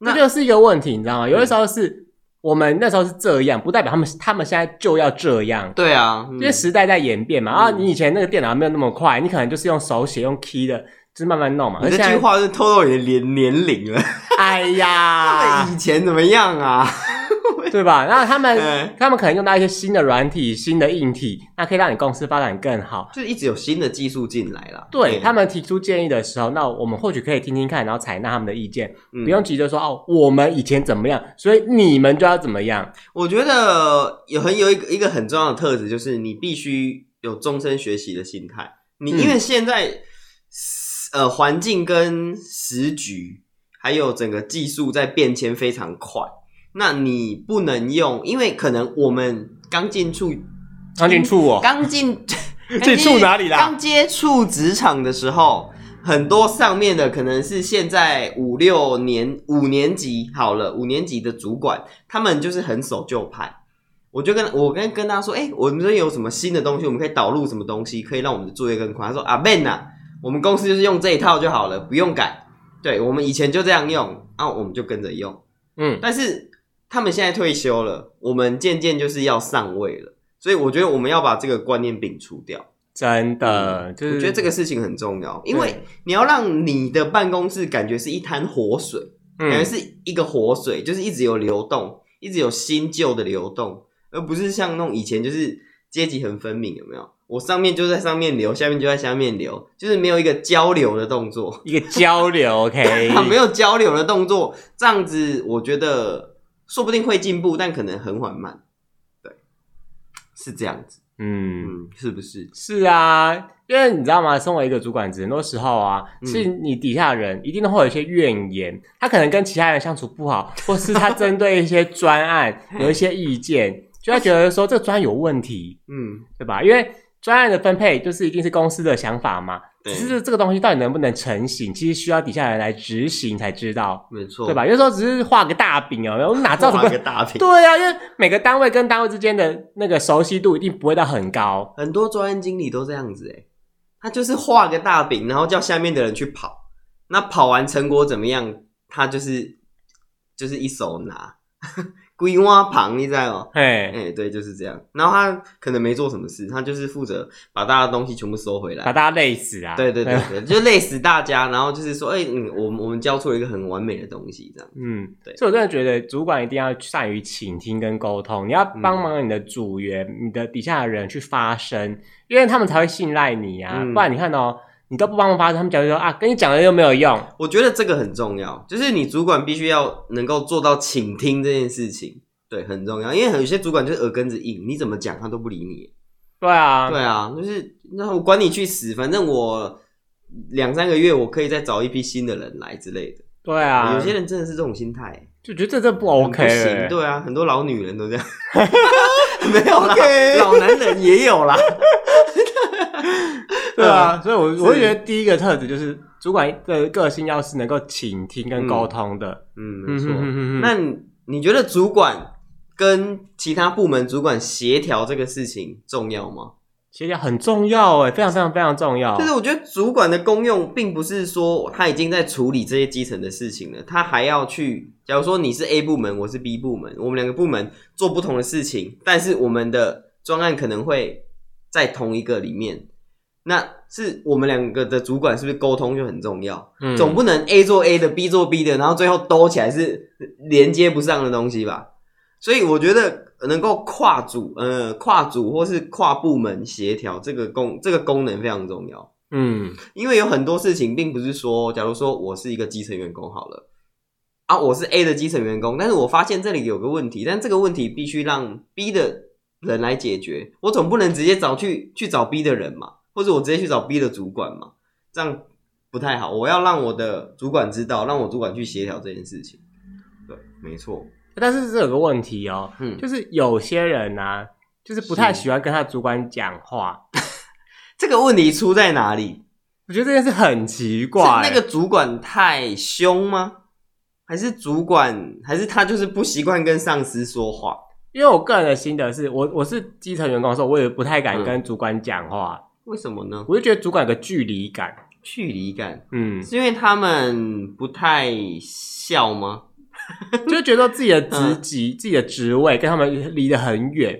[SPEAKER 1] 这
[SPEAKER 2] 那嗯
[SPEAKER 1] 就是一个问题，你知道吗？有的时候是我们那时候是这样，不代表他们他们现在就要这样。
[SPEAKER 2] 对啊，嗯
[SPEAKER 1] 因为时代在演变嘛，
[SPEAKER 2] 嗯
[SPEAKER 1] 啊，你以前那个电脑没有那么快，你可能就是用手写、用 key 的，就是慢慢弄嘛。而
[SPEAKER 2] 你
[SPEAKER 1] 现
[SPEAKER 2] 这句
[SPEAKER 1] 在，
[SPEAKER 2] 话是透露你的年年龄 <laughs> 了。
[SPEAKER 1] 哎
[SPEAKER 2] 他
[SPEAKER 1] 呀
[SPEAKER 2] 们，以前怎么样啊？ <laughs>
[SPEAKER 1] 对吧？那他们
[SPEAKER 2] 嗯
[SPEAKER 1] 他们可能用到一些新的软体、新的硬体，那可以让你公司发展更好。
[SPEAKER 2] 就一直有新的技术进来啦。
[SPEAKER 1] 对
[SPEAKER 2] 嗯
[SPEAKER 1] 他们提出建议的时候，那我们或许可以听听看，然后采纳他们的意见，
[SPEAKER 2] 嗯
[SPEAKER 1] 不用急着说哦，我们以前怎么样，所以你们就要怎么样。
[SPEAKER 2] 我觉得有很有一个一个很重要的特质，就是你必须有终身学习的心态。你
[SPEAKER 1] 嗯
[SPEAKER 2] 因为现在、呃环境跟时局，还有整个技术在变迁非常快，那你不能用，因为可能我们刚进处
[SPEAKER 1] 长颈处哦，
[SPEAKER 2] 刚进
[SPEAKER 1] <laughs> 这处哪里啦
[SPEAKER 2] 刚接触职场的时候，很多上面的可能是现在五六年五年级好了，五年级的主管，他们就是很守旧派。我就跟我跟跟他说，哎、我们这有什么新的东西，我们可以导入什么东西，可以让我们的作业更快。他说啊，Ben 呐、我们公司就是用这一套就好了，不用改。对我们以前就这样用，啊，我们就跟着用。
[SPEAKER 1] 嗯，
[SPEAKER 2] 但是他们现在退休了，我们渐渐就是要上位了，所以我觉得我们要把这个观念摒除掉。
[SPEAKER 1] 真的，呃就是
[SPEAKER 2] 嗯我觉得这个事情很重要，因为
[SPEAKER 1] 对
[SPEAKER 2] 你要让你的办公室感觉是一滩活水，感觉
[SPEAKER 1] 嗯
[SPEAKER 2] 是一个活水，就是一直有流动，一直有新旧的流动，而不是像那种以前就是阶级很分明，有没有？我上面就在上面流，下面就在下面流，就是没有一个交流的动作。
[SPEAKER 1] 一个交流
[SPEAKER 2] <laughs>
[SPEAKER 1] ，OK，
[SPEAKER 2] 没有交流的动作，这样子我觉得说不定会进步，但可能很缓慢。对，是这样子，
[SPEAKER 1] 嗯，
[SPEAKER 2] 嗯，是不是？
[SPEAKER 1] 是啊，因为你知道吗？身为一个主管职，很多时候啊，
[SPEAKER 2] 嗯
[SPEAKER 1] 是你底下的人一定都会有一些怨言，他可能跟其他人相处不
[SPEAKER 2] <laughs>
[SPEAKER 1] 好，或是他针对一些专案有一些意
[SPEAKER 2] <laughs>
[SPEAKER 1] 见，就他觉得说这个专案有问题，
[SPEAKER 2] 嗯，
[SPEAKER 1] 对吧？因为专案的分配就是一定是公司的想法嘛，只
[SPEAKER 2] 对
[SPEAKER 1] 是这个东西到底能不能成型，其实需要底下人来执行才知道。
[SPEAKER 2] 没错，
[SPEAKER 1] 对吧？？有时候只是画个大饼哦，我们哪知道怎 <laughs> 么
[SPEAKER 2] 哦画？个大饼，
[SPEAKER 1] 对啊，因为每个单位跟单位之间的那个熟悉度一定不会到很高。
[SPEAKER 2] 很多专案经理都这样子、欸，他就是画个大饼，然后叫下面的人去跑，那跑完成果怎么样，他就是就是一手拿，龟蛙旁，你知道吗？
[SPEAKER 1] 嘿，
[SPEAKER 2] 哎、对，就是这样。然后他可能没做什么事，他就是负责把大家的东西全部收回来
[SPEAKER 1] 把，大家累死啊！
[SPEAKER 2] 对对对，对，就累死大家，然后就是说，哎、嗯，我们我们交出了一个很完美的东西，这样，
[SPEAKER 1] 嗯，
[SPEAKER 2] 对
[SPEAKER 1] 所以我真的觉得主管一定要善于倾听跟沟通，你要
[SPEAKER 2] 嗯
[SPEAKER 1] 帮忙你的组员、你的底下的人去发声，因为他们才会信赖你啊。
[SPEAKER 2] 嗯
[SPEAKER 1] 不然你看哦，你都不帮忙发声，他们讲就说啊，跟你讲了又没有用。
[SPEAKER 2] 我觉得这个很重要，就是你主管必须要能够做到倾听这件事情，对，很重要，因为有些主管就是耳根子硬，你怎么讲他都不理你，
[SPEAKER 1] 对啊，
[SPEAKER 2] 对啊，就是那我管你去死，反正我两三个月我可以再找一批新的人来之类的，
[SPEAKER 1] 对啊，
[SPEAKER 2] 有些人真的是这种心态
[SPEAKER 1] 就觉得这这不
[SPEAKER 2] 很
[SPEAKER 1] OK，
[SPEAKER 2] 不行，
[SPEAKER 1] 欸
[SPEAKER 2] 对啊，很多老女人都
[SPEAKER 1] <laughs>
[SPEAKER 2] 这样， <laughs> 没有 <laughs> 啦
[SPEAKER 1] OK
[SPEAKER 2] 老男人也有啦，
[SPEAKER 1] 对啊，所以我我会觉得第一个特质就是主管的个性要是能够倾听跟沟通的，
[SPEAKER 2] 嗯，没
[SPEAKER 1] 嗯
[SPEAKER 2] 错。
[SPEAKER 1] 哼哼哼哼
[SPEAKER 2] 那你你觉得主管跟其他部门主管协调这个事情重要吗？
[SPEAKER 1] 协调很重要哎，非常非常非常重要
[SPEAKER 2] 就。是我觉得主管的功用，并不是说他已经在处理这些基层的事情了，他还要去。假如说你是 A 部门，我是 B 部门，我们两个部门做不同的事情，但是我们的专案可能会在同一个里面，那是我们两个的主管是不是沟通就很重要？
[SPEAKER 1] 嗯
[SPEAKER 2] 总不能 A 做 A 的，B 做 B 的，然后最后兜起来是连接不上的东西吧？所以我觉得能够跨组，呃，跨组或是跨部门协调这个功这个功能非常重要，
[SPEAKER 1] 嗯
[SPEAKER 2] 因为有很多事情并不是说，假如说我是一个基层员工好了，啊，我是 A 的基层员工，但是我发现这里有个问题，但这个问题必须让 B 的人来解决，我总不能直接找去去找 B 的人嘛，或者我直接去找 B 的主管嘛，这样不太好。我要让我的主管知道，让我主管去协调这件事情。对，没错，
[SPEAKER 1] 但是这有个问题哦，
[SPEAKER 2] 嗯，
[SPEAKER 1] 就是有些人啊，就是不太喜欢跟他主管讲话，
[SPEAKER 2] 这个问题出在哪里？
[SPEAKER 1] 我觉得这件事很奇
[SPEAKER 2] 是
[SPEAKER 1] 怪欸。
[SPEAKER 2] 那个主管太凶吗？还是主管，还是他就是不习惯跟上司说话？
[SPEAKER 1] 因为我个人的心得是我我是基层员工的时候，我也不太
[SPEAKER 2] 嗯
[SPEAKER 1] 敢跟主管讲话，
[SPEAKER 2] 为什么呢？
[SPEAKER 1] 我就觉得主管有个距离感。
[SPEAKER 2] 距离感 <laughs>
[SPEAKER 1] 嗯，
[SPEAKER 2] 是因为他们不太笑吗？
[SPEAKER 1] 就觉得自己的职级、自己的职位跟他们离得很远。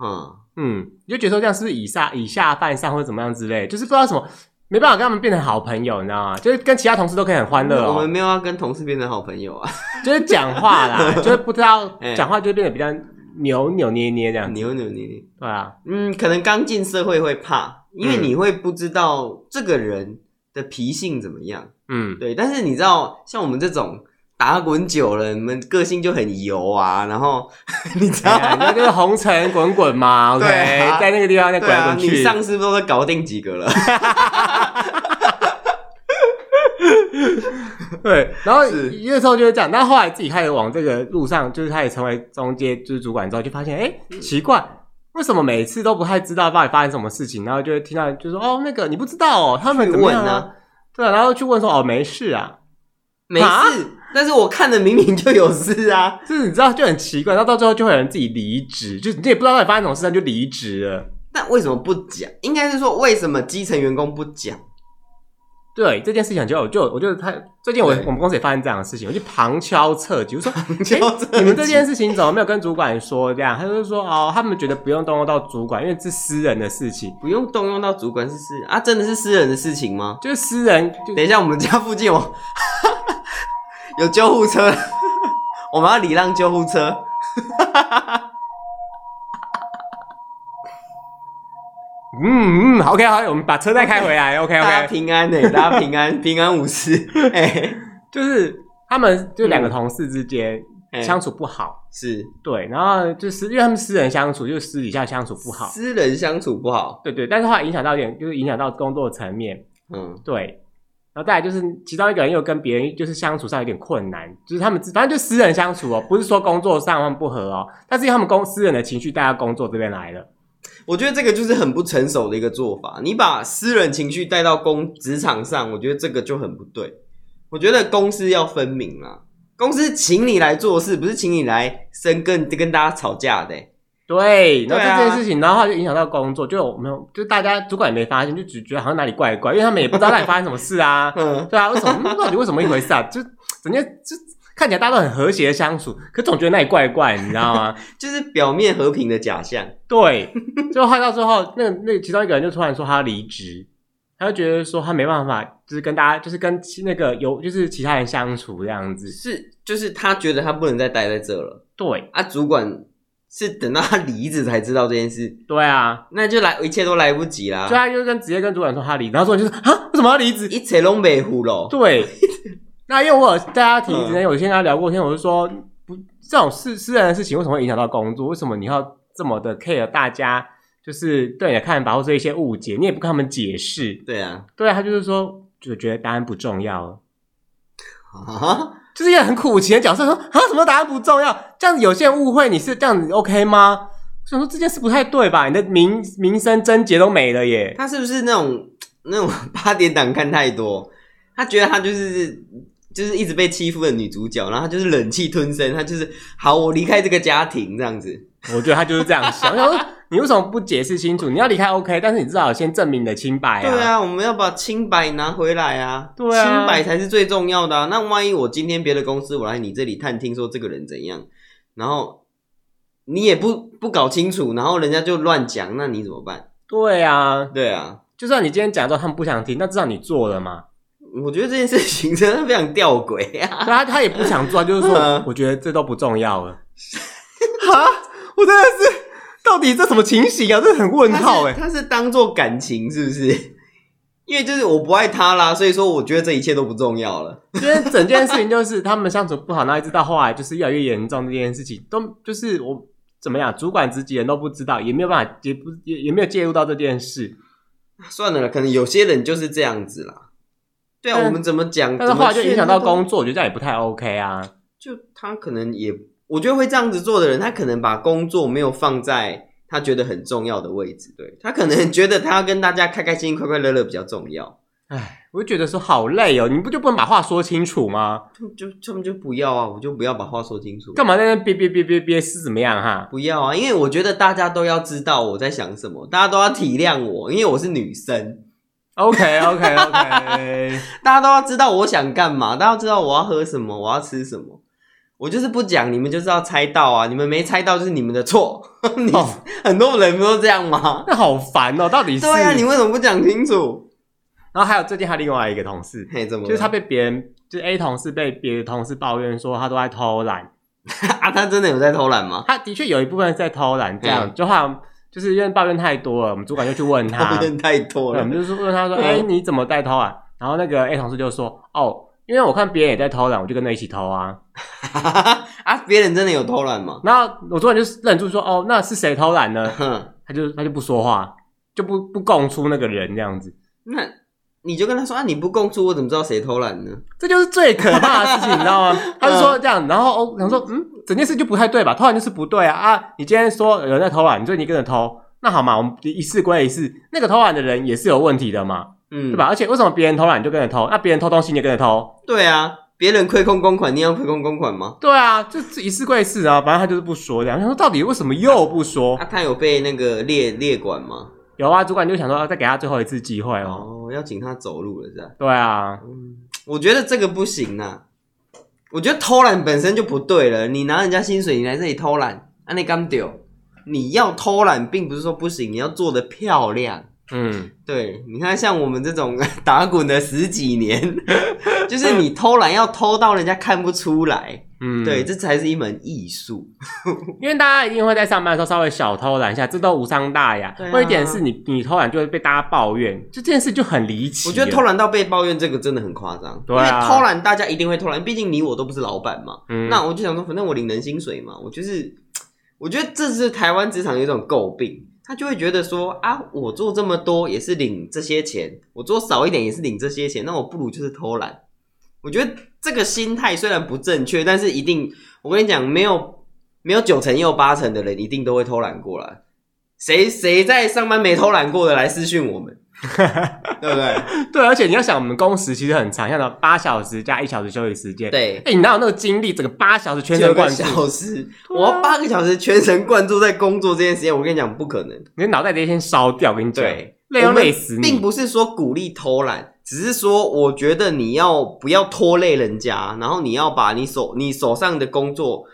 [SPEAKER 2] 嗯，
[SPEAKER 1] 嗯，你就觉得说这样是不是以下以下犯上或者怎么样之类，就是不知道什么，没办法跟他们变成好朋友，你知道吗？就是跟其他同事都可以很欢乐
[SPEAKER 2] 我
[SPEAKER 1] 哦
[SPEAKER 2] 们，没有要跟同事变成好朋友啊，
[SPEAKER 1] <laughs> 就是讲话
[SPEAKER 2] <laughs>
[SPEAKER 1] 啦，就是不知道
[SPEAKER 2] 哎
[SPEAKER 1] 讲话就变得比较扭扭捏捏这样子，
[SPEAKER 2] 扭扭捏捏。
[SPEAKER 1] 对啊，
[SPEAKER 2] 嗯，可能刚进社会会怕，因为
[SPEAKER 1] 嗯
[SPEAKER 2] 你会不知道这个人的脾性怎么样。
[SPEAKER 1] 嗯，
[SPEAKER 2] 对，但是你知道，像我们这种打滚久了，你们个性就很油啊，然后 <laughs> 你知
[SPEAKER 1] 对
[SPEAKER 2] 道，
[SPEAKER 1] 啊，那就是红尘滚滚
[SPEAKER 2] <laughs>
[SPEAKER 1] 嘛，OK，
[SPEAKER 2] 对啊
[SPEAKER 1] 在那个地方再滚
[SPEAKER 2] 对
[SPEAKER 1] 来
[SPEAKER 2] 啊，
[SPEAKER 1] 滚
[SPEAKER 2] 你
[SPEAKER 1] 去，
[SPEAKER 2] 上司都在搞定几
[SPEAKER 1] <laughs>
[SPEAKER 2] 个了，
[SPEAKER 1] 对，然后
[SPEAKER 2] 是
[SPEAKER 1] 有的时候就会这样，但后来自己开始往这个路上，就是开始成为中介就是主管之后，就发现哎，
[SPEAKER 2] 嗯
[SPEAKER 1] 诶奇怪，为什么每次都不太知道到底发生什么事情，然后就会听到就说哦，那个你不知道哦，他们怎么
[SPEAKER 2] 问
[SPEAKER 1] 样啊？
[SPEAKER 2] 啊，
[SPEAKER 1] 对，然后去问说哦，没事啊，
[SPEAKER 2] 没
[SPEAKER 1] 啊
[SPEAKER 2] 事，但是我看的明明就有事啊，
[SPEAKER 1] 就是你知道就很奇怪，然后到最后就会有人自己离职，就是你也不知道到底发生什么事，他就离职了。
[SPEAKER 2] 那为什么不讲？应该是说为什么基层员工不讲？
[SPEAKER 1] 对这件事情就，我就我就他最近我
[SPEAKER 2] 对
[SPEAKER 1] 我们公司也发生这样的事情，我就旁敲侧击，我说
[SPEAKER 2] 敲侧击
[SPEAKER 1] 诶你们这件事情怎么没有跟主管说？这样他就说哦，他们觉得不用动用到主管，因为这是私人的事情，
[SPEAKER 2] 不用动用到主管是私啊，真的是私人的事情吗？
[SPEAKER 1] 就是私人就
[SPEAKER 2] 等一下，我们家附近有 <laughs> 有救护车， <laughs> 我们要礼让救护车。
[SPEAKER 1] 嗯嗯好，OK 好，我们把车再开回来，OK
[SPEAKER 2] <laughs> 大家
[SPEAKER 1] OK，
[SPEAKER 2] 平安呢、欸大家平安，平安无
[SPEAKER 1] <laughs>
[SPEAKER 2] 事。哎、
[SPEAKER 1] 就是他们就两个同事之间
[SPEAKER 2] 哎
[SPEAKER 1] 相处不好，
[SPEAKER 2] 是
[SPEAKER 1] 对，然后就是因为他们私人相处，就私底下相处不好，
[SPEAKER 2] 私人相处不好。
[SPEAKER 1] 对对，但是后来影响到一点，就是影响到工作层面，
[SPEAKER 2] 嗯，
[SPEAKER 1] 对，然后再来就是其中一个人又跟别人就是相处上有点困难，就是他们自反正就私人相处哦，不是说工作上他们不合哦，但是因为他们公私人的情绪带到工作这边来了，
[SPEAKER 2] 我觉得这个就是很不成熟的一个做法。你把私人情绪带到工职场上，我觉得这个就很不对。我觉得公司要分明啊，公司请你来做事，不是请你来生跟跟大家吵架的欸、
[SPEAKER 1] 对，然后
[SPEAKER 2] 对啊，
[SPEAKER 1] 这件事情，然后它就影响到工作，就有没有就大家主管也没发现，就只觉得好像哪里怪怪，因为他们也不知道到底发生什么事啊
[SPEAKER 2] 嗯，
[SPEAKER 1] 对啊，为什么嗯到底为什么一回事啊？就整天就看起来大家都很和谐的相处，可总觉得那里怪怪，你知道吗？
[SPEAKER 2] 就是表面和平的假象。
[SPEAKER 1] <laughs> 对，就后来到最后，那个那个其中一个人就突然说他离职，他就觉得说他没办法，就是跟大家，就是跟其那个有就是其他人相处这样子。
[SPEAKER 2] 是，就是他觉得他不能再待在这了
[SPEAKER 1] 对，
[SPEAKER 2] 啊。主管是等到他离职才知道这件事，
[SPEAKER 1] 对啊，
[SPEAKER 2] 那就来一切都来不及啦
[SPEAKER 1] 所以，他就跟直接跟主管说他离职，然后主管就是啊，为什么要离职？
[SPEAKER 2] 一切都没糊了。
[SPEAKER 1] 对，那因为我有大家提之前有先跟他聊过天，我就说不，这种私私人的事情为什么会影响到工作？为什么你要这么的 care 大家？就是对你的看法或者一些误解，你也不跟他们解释。
[SPEAKER 2] 对啊，
[SPEAKER 1] 对啊，他就是说，就觉得答案不重要了。
[SPEAKER 2] 啊，
[SPEAKER 1] 就是一个很苦情的角色，说啊什么答案不重要，这样子有些人误会你是这样子 OK 吗？我想说这件事不太对吧？你的名名声贞洁都没了耶。
[SPEAKER 2] 他是不是那种那种 <laughs> 八点档看太多？他觉得他就是就是一直被欺负的女主角，然后他就是忍气吞声，他就是好，我离开这个家庭这样子。
[SPEAKER 1] 我觉得他就是这样想，我想说你为什么不解释清楚？你要离开 OK，但是你至少先证明你的清白
[SPEAKER 2] 对啊，我们要把清白拿回来啊，
[SPEAKER 1] 哎对啊
[SPEAKER 2] 清白才是最重要的啊。那万一我今天别的公司我来你这里探听说这个人怎样，然后你也不不搞清楚，然后人家就乱讲，那你怎么办？
[SPEAKER 1] 对啊，
[SPEAKER 2] 对啊，
[SPEAKER 1] 就算你今天讲之后他们不想听，但至少你做了嘛。
[SPEAKER 2] 我觉得这件事情真的非常吊诡啊。
[SPEAKER 1] 所以他他也不想做，他就是说
[SPEAKER 2] 嗯，
[SPEAKER 1] 我觉得这都不重要了。 <laughs> 哈，我真的是，到底这什么情形啊？这很问号
[SPEAKER 2] 他
[SPEAKER 1] 哎、
[SPEAKER 2] 是他是当做感情是不是？ <laughs> 因为就是我不爱他啦，所以说我觉得这一切都不重要了。
[SPEAKER 1] 因为整件事情就是他们相处不好，那一直到后来就是越来越严重这件事情，都就是我怎么样，主管自己人都不知道，也没有办法，也不也也没有介入到这件事。
[SPEAKER 2] 算了啦，可能有些人就是这样子啦。对啊，
[SPEAKER 1] 但
[SPEAKER 2] 我们怎么讲？
[SPEAKER 1] 但是
[SPEAKER 2] 怎么
[SPEAKER 1] 后来就影响到
[SPEAKER 2] 劝他都
[SPEAKER 1] 工作，我觉得这样也不太 OK 啊。
[SPEAKER 2] 就他可能也，我觉得会这样子做的人，他可能把工作没有放在他觉得很重要的位置，对他可能觉得他要跟大家开开心心、快快乐乐比较重要，
[SPEAKER 1] 唉，我就觉得说好累哦，你不就不能把话说清楚吗？
[SPEAKER 2] 他们就他们就不要啊，我就不要把话说清楚，
[SPEAKER 1] 干嘛在那边憋憋憋憋憋是怎么样哈？
[SPEAKER 2] 不要啊，因为我觉得大家都要知道我在想什么，大家都要体谅我，因为我是女生，
[SPEAKER 1] OK OK OK，
[SPEAKER 2] 大家都要知道我想干嘛，大家要知道我要喝什么，我要吃什么。我就是不讲，你们就是要猜到啊！你们没猜到就是你们的错。 <laughs> 你、
[SPEAKER 1] 哦
[SPEAKER 2] 很多人不都这样吗？
[SPEAKER 1] 那好烦哦，到底是？
[SPEAKER 2] 对啊，你为什么不讲清楚？
[SPEAKER 1] 然后还有最近还有另外一个同事，
[SPEAKER 2] 嘿，怎么了？
[SPEAKER 1] 就是他被别人，就是 A 同事被别的同事抱怨说他都在偷懒，
[SPEAKER 2] <laughs> 啊，他真的有在偷懒吗？
[SPEAKER 1] 他的确有一部分是在偷懒，这样、就好像就是因为抱怨太多了，我们主管就去问他
[SPEAKER 2] 抱，
[SPEAKER 1] <laughs> 对
[SPEAKER 2] 怨太多
[SPEAKER 1] 我
[SPEAKER 2] 了
[SPEAKER 1] 们。啊就是问他说，
[SPEAKER 2] 嗯
[SPEAKER 1] 哎、你怎么在偷懒？然后那个 A 同事就说，哦，因为我看别人也在偷懒，我就跟着一起偷啊。
[SPEAKER 2] <laughs> 啊，别人真的有偷懒吗？
[SPEAKER 1] 然后我主管就忍住说，哦，那是谁偷懒呢？
[SPEAKER 2] 哼，
[SPEAKER 1] 他就他就不说话，就不不供出那个人这样子。
[SPEAKER 2] 那你就跟他说啊，你不供出，我怎么知道谁偷懒呢？
[SPEAKER 1] 这就是最可怕的事情，你知 <laughs> 道吗？他就说这样，然后哦，想说，嗯，整件事就不太对吧？偷懒就是不对啊啊！你今天说有人在偷懒，所以你跟着偷，那好嘛，我们一事归一事，那个偷懒的人也是有问题的嘛，
[SPEAKER 2] 嗯，
[SPEAKER 1] 对吧？？而且为什么别人偷懒你就跟着偷？那别人偷东西你也跟着偷？
[SPEAKER 2] 对啊，别人亏空公款，你也要亏空公款吗？
[SPEAKER 1] 对啊，就这一事归一事啊，反正他就是不说这样。想说到底为什么又不说
[SPEAKER 2] 啊，？他有被那个列列管吗？
[SPEAKER 1] 有啊，主管就想说、啊再给他最后一次机会哦。
[SPEAKER 2] 哦，要请他走路了是吧？
[SPEAKER 1] 对啊，
[SPEAKER 2] 嗯，我觉得这个不行啊。我觉得偷懒本身就不对了，你拿人家薪水，你来这里偷懒，啊，你干丢？你要偷懒，并不是说不行，你要做的漂亮。
[SPEAKER 1] 嗯，
[SPEAKER 2] 对，你看像我们这种 <laughs> 打滚了十几年， <laughs> 就是你偷懒要偷到人家看不出来，
[SPEAKER 1] 嗯，
[SPEAKER 2] 对，，这才是一门艺术。
[SPEAKER 1] 因为大家一定会在上班的时候稍微小偷懒一下，这都无伤大雅。
[SPEAKER 2] 对啊
[SPEAKER 1] 或一点是你你偷懒就会被大家抱怨，就这件事就很离奇。
[SPEAKER 2] 我觉得偷，懒到被抱怨这个真的很夸张，
[SPEAKER 1] 对啊
[SPEAKER 2] 因为偷懒大家一定会偷懒，毕竟你我都不是老板嘛。
[SPEAKER 1] 嗯
[SPEAKER 2] 那我就想说，反正我领人薪水嘛，我就是，我觉得这是台湾职场有一种诟病，他就会觉得说啊，我做这么多也是领这些钱，我做少一点也是领这些钱，那我不如就是偷懒。我觉得这个心态虽然不正确，但是一定，我跟你讲，没有没有九成又八成的人一定都会偷懒过来。谁谁在上班没偷懒过的来私讯我们，对不对？
[SPEAKER 1] 对，而且你要想，我们工时其实很长，像那八小时加一小时休息时间。，
[SPEAKER 2] 对，
[SPEAKER 1] 哎、你哪有那个精力，整个八小时全
[SPEAKER 2] 九
[SPEAKER 1] 神
[SPEAKER 2] 个
[SPEAKER 1] 贯注？
[SPEAKER 2] 小时，
[SPEAKER 1] 对啊
[SPEAKER 2] 我要八个小时全神贯注在工作这件事情，我跟你讲不可能。
[SPEAKER 1] 你的脑袋得先烧掉，我跟你讲，
[SPEAKER 2] 对，
[SPEAKER 1] 累
[SPEAKER 2] 我
[SPEAKER 1] 要
[SPEAKER 2] 们
[SPEAKER 1] 累死
[SPEAKER 2] 并
[SPEAKER 1] 你。
[SPEAKER 2] 不是说鼓励偷懒，只是说我觉得你要不要拖累人家，然后你要把你手你手上的工作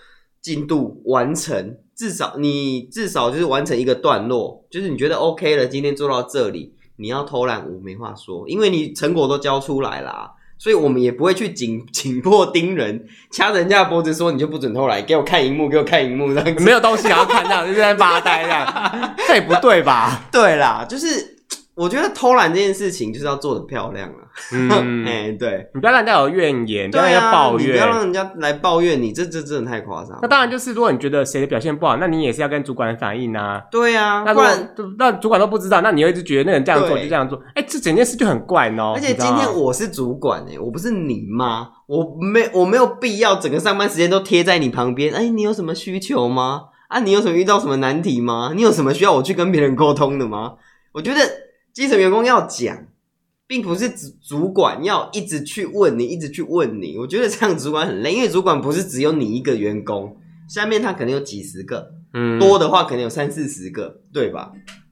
[SPEAKER 2] 进度完成，至少你至少就是完成一个段落，就是你觉得 OK 了，今天做到这里，你要偷懒我没话说，因为你成果都交出来啦。所以我们也不会去紧紧迫盯人，掐着人家的脖子说你就不准偷懒，给我看荧幕，给我看荧幕这样子。 <laughs>
[SPEAKER 1] 没有东西想要看，这样就在那边发呆，这样这也不对吧？
[SPEAKER 2] 对啦，就是我觉得偷懒这件事情就是要做的漂亮啊。
[SPEAKER 1] <laughs> 嗯，
[SPEAKER 2] <laughs> 哎，对，
[SPEAKER 1] 你不要让人家有怨言，不要让人
[SPEAKER 2] 对
[SPEAKER 1] 家
[SPEAKER 2] 啊，
[SPEAKER 1] 抱
[SPEAKER 2] 你不
[SPEAKER 1] 怨
[SPEAKER 2] 要。让人家来抱怨你，这这真的太夸张了。
[SPEAKER 1] 那当然就是，如果你觉得谁的表现不好，那你也是要跟主管反映啊。
[SPEAKER 2] 对啊，
[SPEAKER 1] 那
[SPEAKER 2] 不然
[SPEAKER 1] 如果那主管都不知道，那你又一直觉得那个人这样做
[SPEAKER 2] 对
[SPEAKER 1] 就这样做，哎、这整件事就很怪哦。
[SPEAKER 2] 而且
[SPEAKER 1] 你知
[SPEAKER 2] 今
[SPEAKER 1] 道吗
[SPEAKER 2] 天我是主管哎、我不是你妈，我没我没有必要整个上班时间都贴在你旁边。哎、你有什么需求吗？啊，你有什么遇到什么难题吗？你有什么需要我去跟别人沟通的吗？我觉得基层员工要讲，并不是主主管要一直去问你，一直去问你。我觉得这样主管很累，因为主管不是只有你一个员工，下面他可能有几十个，
[SPEAKER 1] 嗯
[SPEAKER 2] 多的话可能有三四十个，对吧？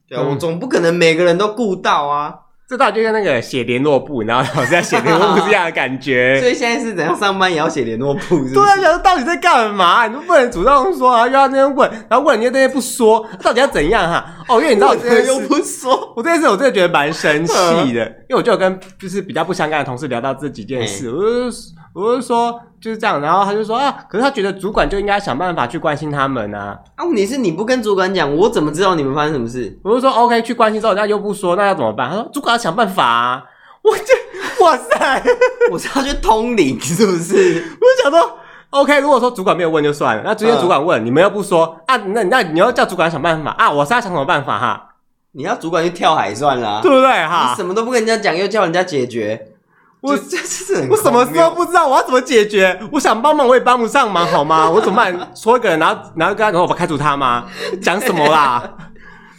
[SPEAKER 2] 对啊，
[SPEAKER 1] 嗯
[SPEAKER 2] 我总不可能每个人都顾到啊。
[SPEAKER 1] 这大就跟那个写联络簿，然后老师在写联络簿是一样的感
[SPEAKER 2] 所
[SPEAKER 1] 觉。
[SPEAKER 2] <laughs> 以现在是怎样上班也要写联络簿是不是？
[SPEAKER 1] 对 <laughs> 啊，想说到底在干嘛？你就不能主动说啊，又要那边问，然后问了你又在那边不说，到底要怎样哈、哦，因为你知道我
[SPEAKER 2] 我
[SPEAKER 1] 这件
[SPEAKER 2] 又
[SPEAKER 1] 事，
[SPEAKER 2] 不说，
[SPEAKER 1] 我这件事我真的觉得蛮生气的，因为我就有跟就是比较不相干的同事聊到这几件事，我就我就说就是这样，然后他就说啊，可是他觉得主管就应该想办法去关心他们啊。
[SPEAKER 2] <laughs> 啊，问题是你不跟主管讲，我怎么知道你们发生什么事？
[SPEAKER 1] 我就说 OK，去关心之后，人家又不说，那要怎么办？他说主管要想办法、啊。我就哇塞，
[SPEAKER 2] <laughs> 我是要去通灵是不 <laughs> 是？
[SPEAKER 1] 我就想说 OK，如果说主管没有问就算了，那直接
[SPEAKER 2] 嗯
[SPEAKER 1] 主管问，你们又不说啊，那那你要叫主管想办法啊，我是要想什么办法哈，
[SPEAKER 2] 你要主管去跳海算了啊、
[SPEAKER 1] 对不对
[SPEAKER 2] 你
[SPEAKER 1] 哈？
[SPEAKER 2] 什么都不跟人家讲，又叫人家解决，
[SPEAKER 1] 我
[SPEAKER 2] 这这是很
[SPEAKER 1] <laughs> 我什么时候
[SPEAKER 2] 荒谬
[SPEAKER 1] 不知道我要怎么解决？我想帮忙我也帮不上忙，好吗？我怎么办？说一个人，然后然后跟他讲我开除他吗？讲什么啦？ <laughs>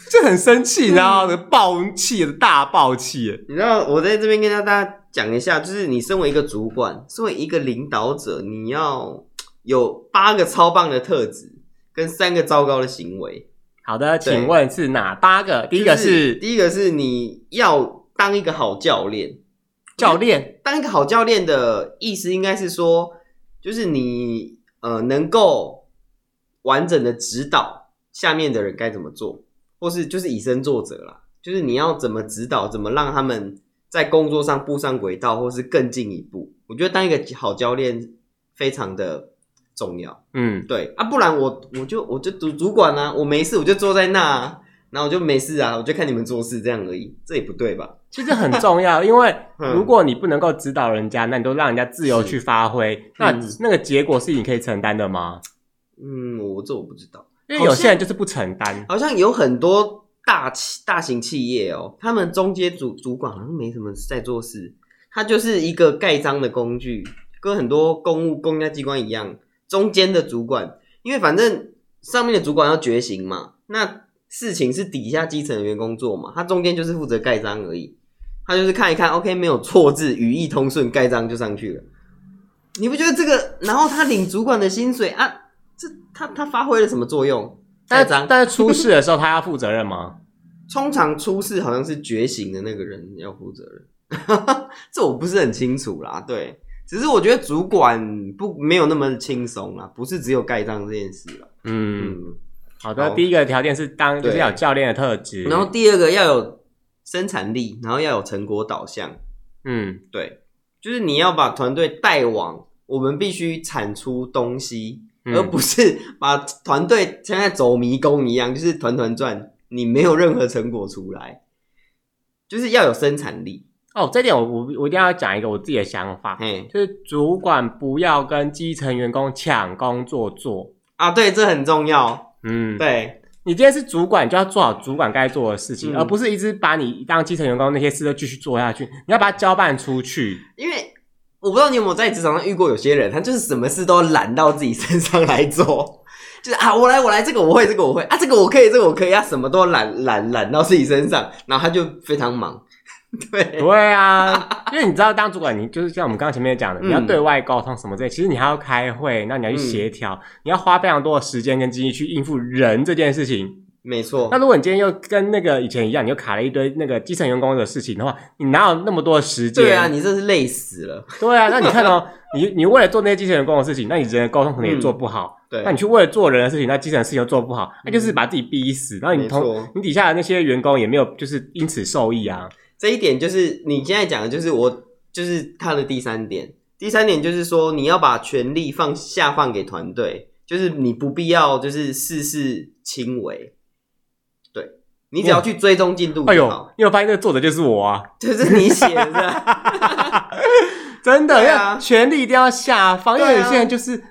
[SPEAKER 1] 就很生气，然后暴气大暴气，
[SPEAKER 2] 你知道我在这边跟大家讲一下，就是你身为一个主管，身为一个领导者，你要有八个超棒的特质跟三个糟糕的行为。
[SPEAKER 1] 好的，
[SPEAKER 2] 对
[SPEAKER 1] 请问是哪八个？第一个
[SPEAKER 2] 就是第一个是你要当一个好教练，
[SPEAKER 1] 教练，
[SPEAKER 2] 当一个好教练的意思应该是说，就是你呃能够完整的指导下面的人该怎么做，或是就是以身作则啦，就是你要怎么指导，怎么让他们在工作上步上轨道，或是更进一步。我觉得当一个好教练非常的重要。
[SPEAKER 1] 嗯，
[SPEAKER 2] 对啊，不然我我就我就主主管啊，我没事我就坐在那、啊，然后我就没事啊，我就看你们做事这样而已，这也不对吧？
[SPEAKER 1] 其实很重要，因为
[SPEAKER 2] 嗯
[SPEAKER 1] 如果你不能够指导人家，那你都让人家自由去发挥，那
[SPEAKER 2] 嗯
[SPEAKER 1] 那个结果是你可以承担的吗？
[SPEAKER 2] 嗯，我这我不知道，
[SPEAKER 1] 因为有些人就是不承担，
[SPEAKER 2] 好像有很多大企大型企业哦，他们中间主主管好像没什么在做事，他就是一个盖章的工具，跟很多公务公家机关一样，中间的主管，因为反正上面的主管要觉醒嘛，那事情是底下基层人员工做嘛，他中间就是负责盖章而已，他就是看一看，OK 没有错字，语义通顺，盖章就上去了。你不觉得这个？然后他领主管的薪水啊，这他他发挥了什么作用？盖
[SPEAKER 1] 但
[SPEAKER 2] 章，
[SPEAKER 1] 但是出事的时候他要负责任吗？
[SPEAKER 2] 通常出事好像是觉醒的那个人要负责任， <laughs> 这我不是很清楚啦。对，只是我觉得主管不没有那么轻松啦，不是只有盖章这件事啦。
[SPEAKER 1] 嗯，
[SPEAKER 2] 嗯，
[SPEAKER 1] 好的，
[SPEAKER 2] 好
[SPEAKER 1] 第一个条件是当
[SPEAKER 2] 对
[SPEAKER 1] 就是要有教练的特质，
[SPEAKER 2] 嗯然后第二个要有生产力，然后要有成果导向。
[SPEAKER 1] 嗯
[SPEAKER 2] 对，就是你要把团队带往，我们必须产出东西，
[SPEAKER 1] 嗯
[SPEAKER 2] 而不是把团队像在走迷宫一样，就是团团转，你没有任何成果出来，就是要有生产力。
[SPEAKER 1] 哦，这点我我我一定要讲一个我自己的想法，
[SPEAKER 2] 嘿，
[SPEAKER 1] 就是主管不要跟基层员工抢工作做，
[SPEAKER 2] 啊，对，这很重要。
[SPEAKER 1] 嗯，
[SPEAKER 2] 对，
[SPEAKER 1] 你今天是主管，你就要做好主管该做的事情，
[SPEAKER 2] 嗯
[SPEAKER 1] 而不是一直把你当基层员工那些事都继续做下去。你要把它交办出去，
[SPEAKER 2] 因为我不知道你有没有在职场上遇过有些人，他就是什么事都揽到自己身上来做，就是啊，我来，我来，这个我会，这个我会啊，这个我可以，这个我可以，啊，什么都揽揽揽到自己身上，然后他就非常忙。 <laughs> 对，
[SPEAKER 1] 对啊， <laughs> 因为你知道当主管，你就是像我们刚刚前面讲的，
[SPEAKER 2] 嗯
[SPEAKER 1] 你要对外沟通什么之类，其实你还要开会，那你要去协调，你要花非常多的时间跟精力去应付人这件事情。
[SPEAKER 2] 没错
[SPEAKER 1] 那。如果你今天又跟那个以前一样，你又卡了一堆那个基层员工的事情的话，你哪有那么多的时间？
[SPEAKER 2] 对啊，你真是累死了。
[SPEAKER 1] 对啊，那你看
[SPEAKER 2] <laughs>
[SPEAKER 1] 哦，你你为了做那些基层员工的事情，那你人的沟通可能也做不好。
[SPEAKER 2] 对
[SPEAKER 1] 哦那，你去为了做人的事情，那基层的事情又做不好，那就是把自己逼死。然后你
[SPEAKER 2] 嗯没
[SPEAKER 1] 同
[SPEAKER 2] 错
[SPEAKER 1] 你底下的那些员工也没有就是因此受益啊。
[SPEAKER 2] 这一点就是你现在讲的，就是我就是他的第三点。第三点就是说，你要把权力放下放给团队，就是你不必要就是事事亲为。对，你只要去追踪进度
[SPEAKER 1] 哎
[SPEAKER 2] 就
[SPEAKER 1] 呦
[SPEAKER 2] 嗯好。，
[SPEAKER 1] 因为我发现那个作者就是我啊，
[SPEAKER 2] 就是你写的
[SPEAKER 1] <laughs>
[SPEAKER 2] 是吧，
[SPEAKER 1] 真的，
[SPEAKER 2] 对啊
[SPEAKER 1] 要权力一定要下放，因
[SPEAKER 2] 对
[SPEAKER 1] 为
[SPEAKER 2] 啊
[SPEAKER 1] 有些人就是，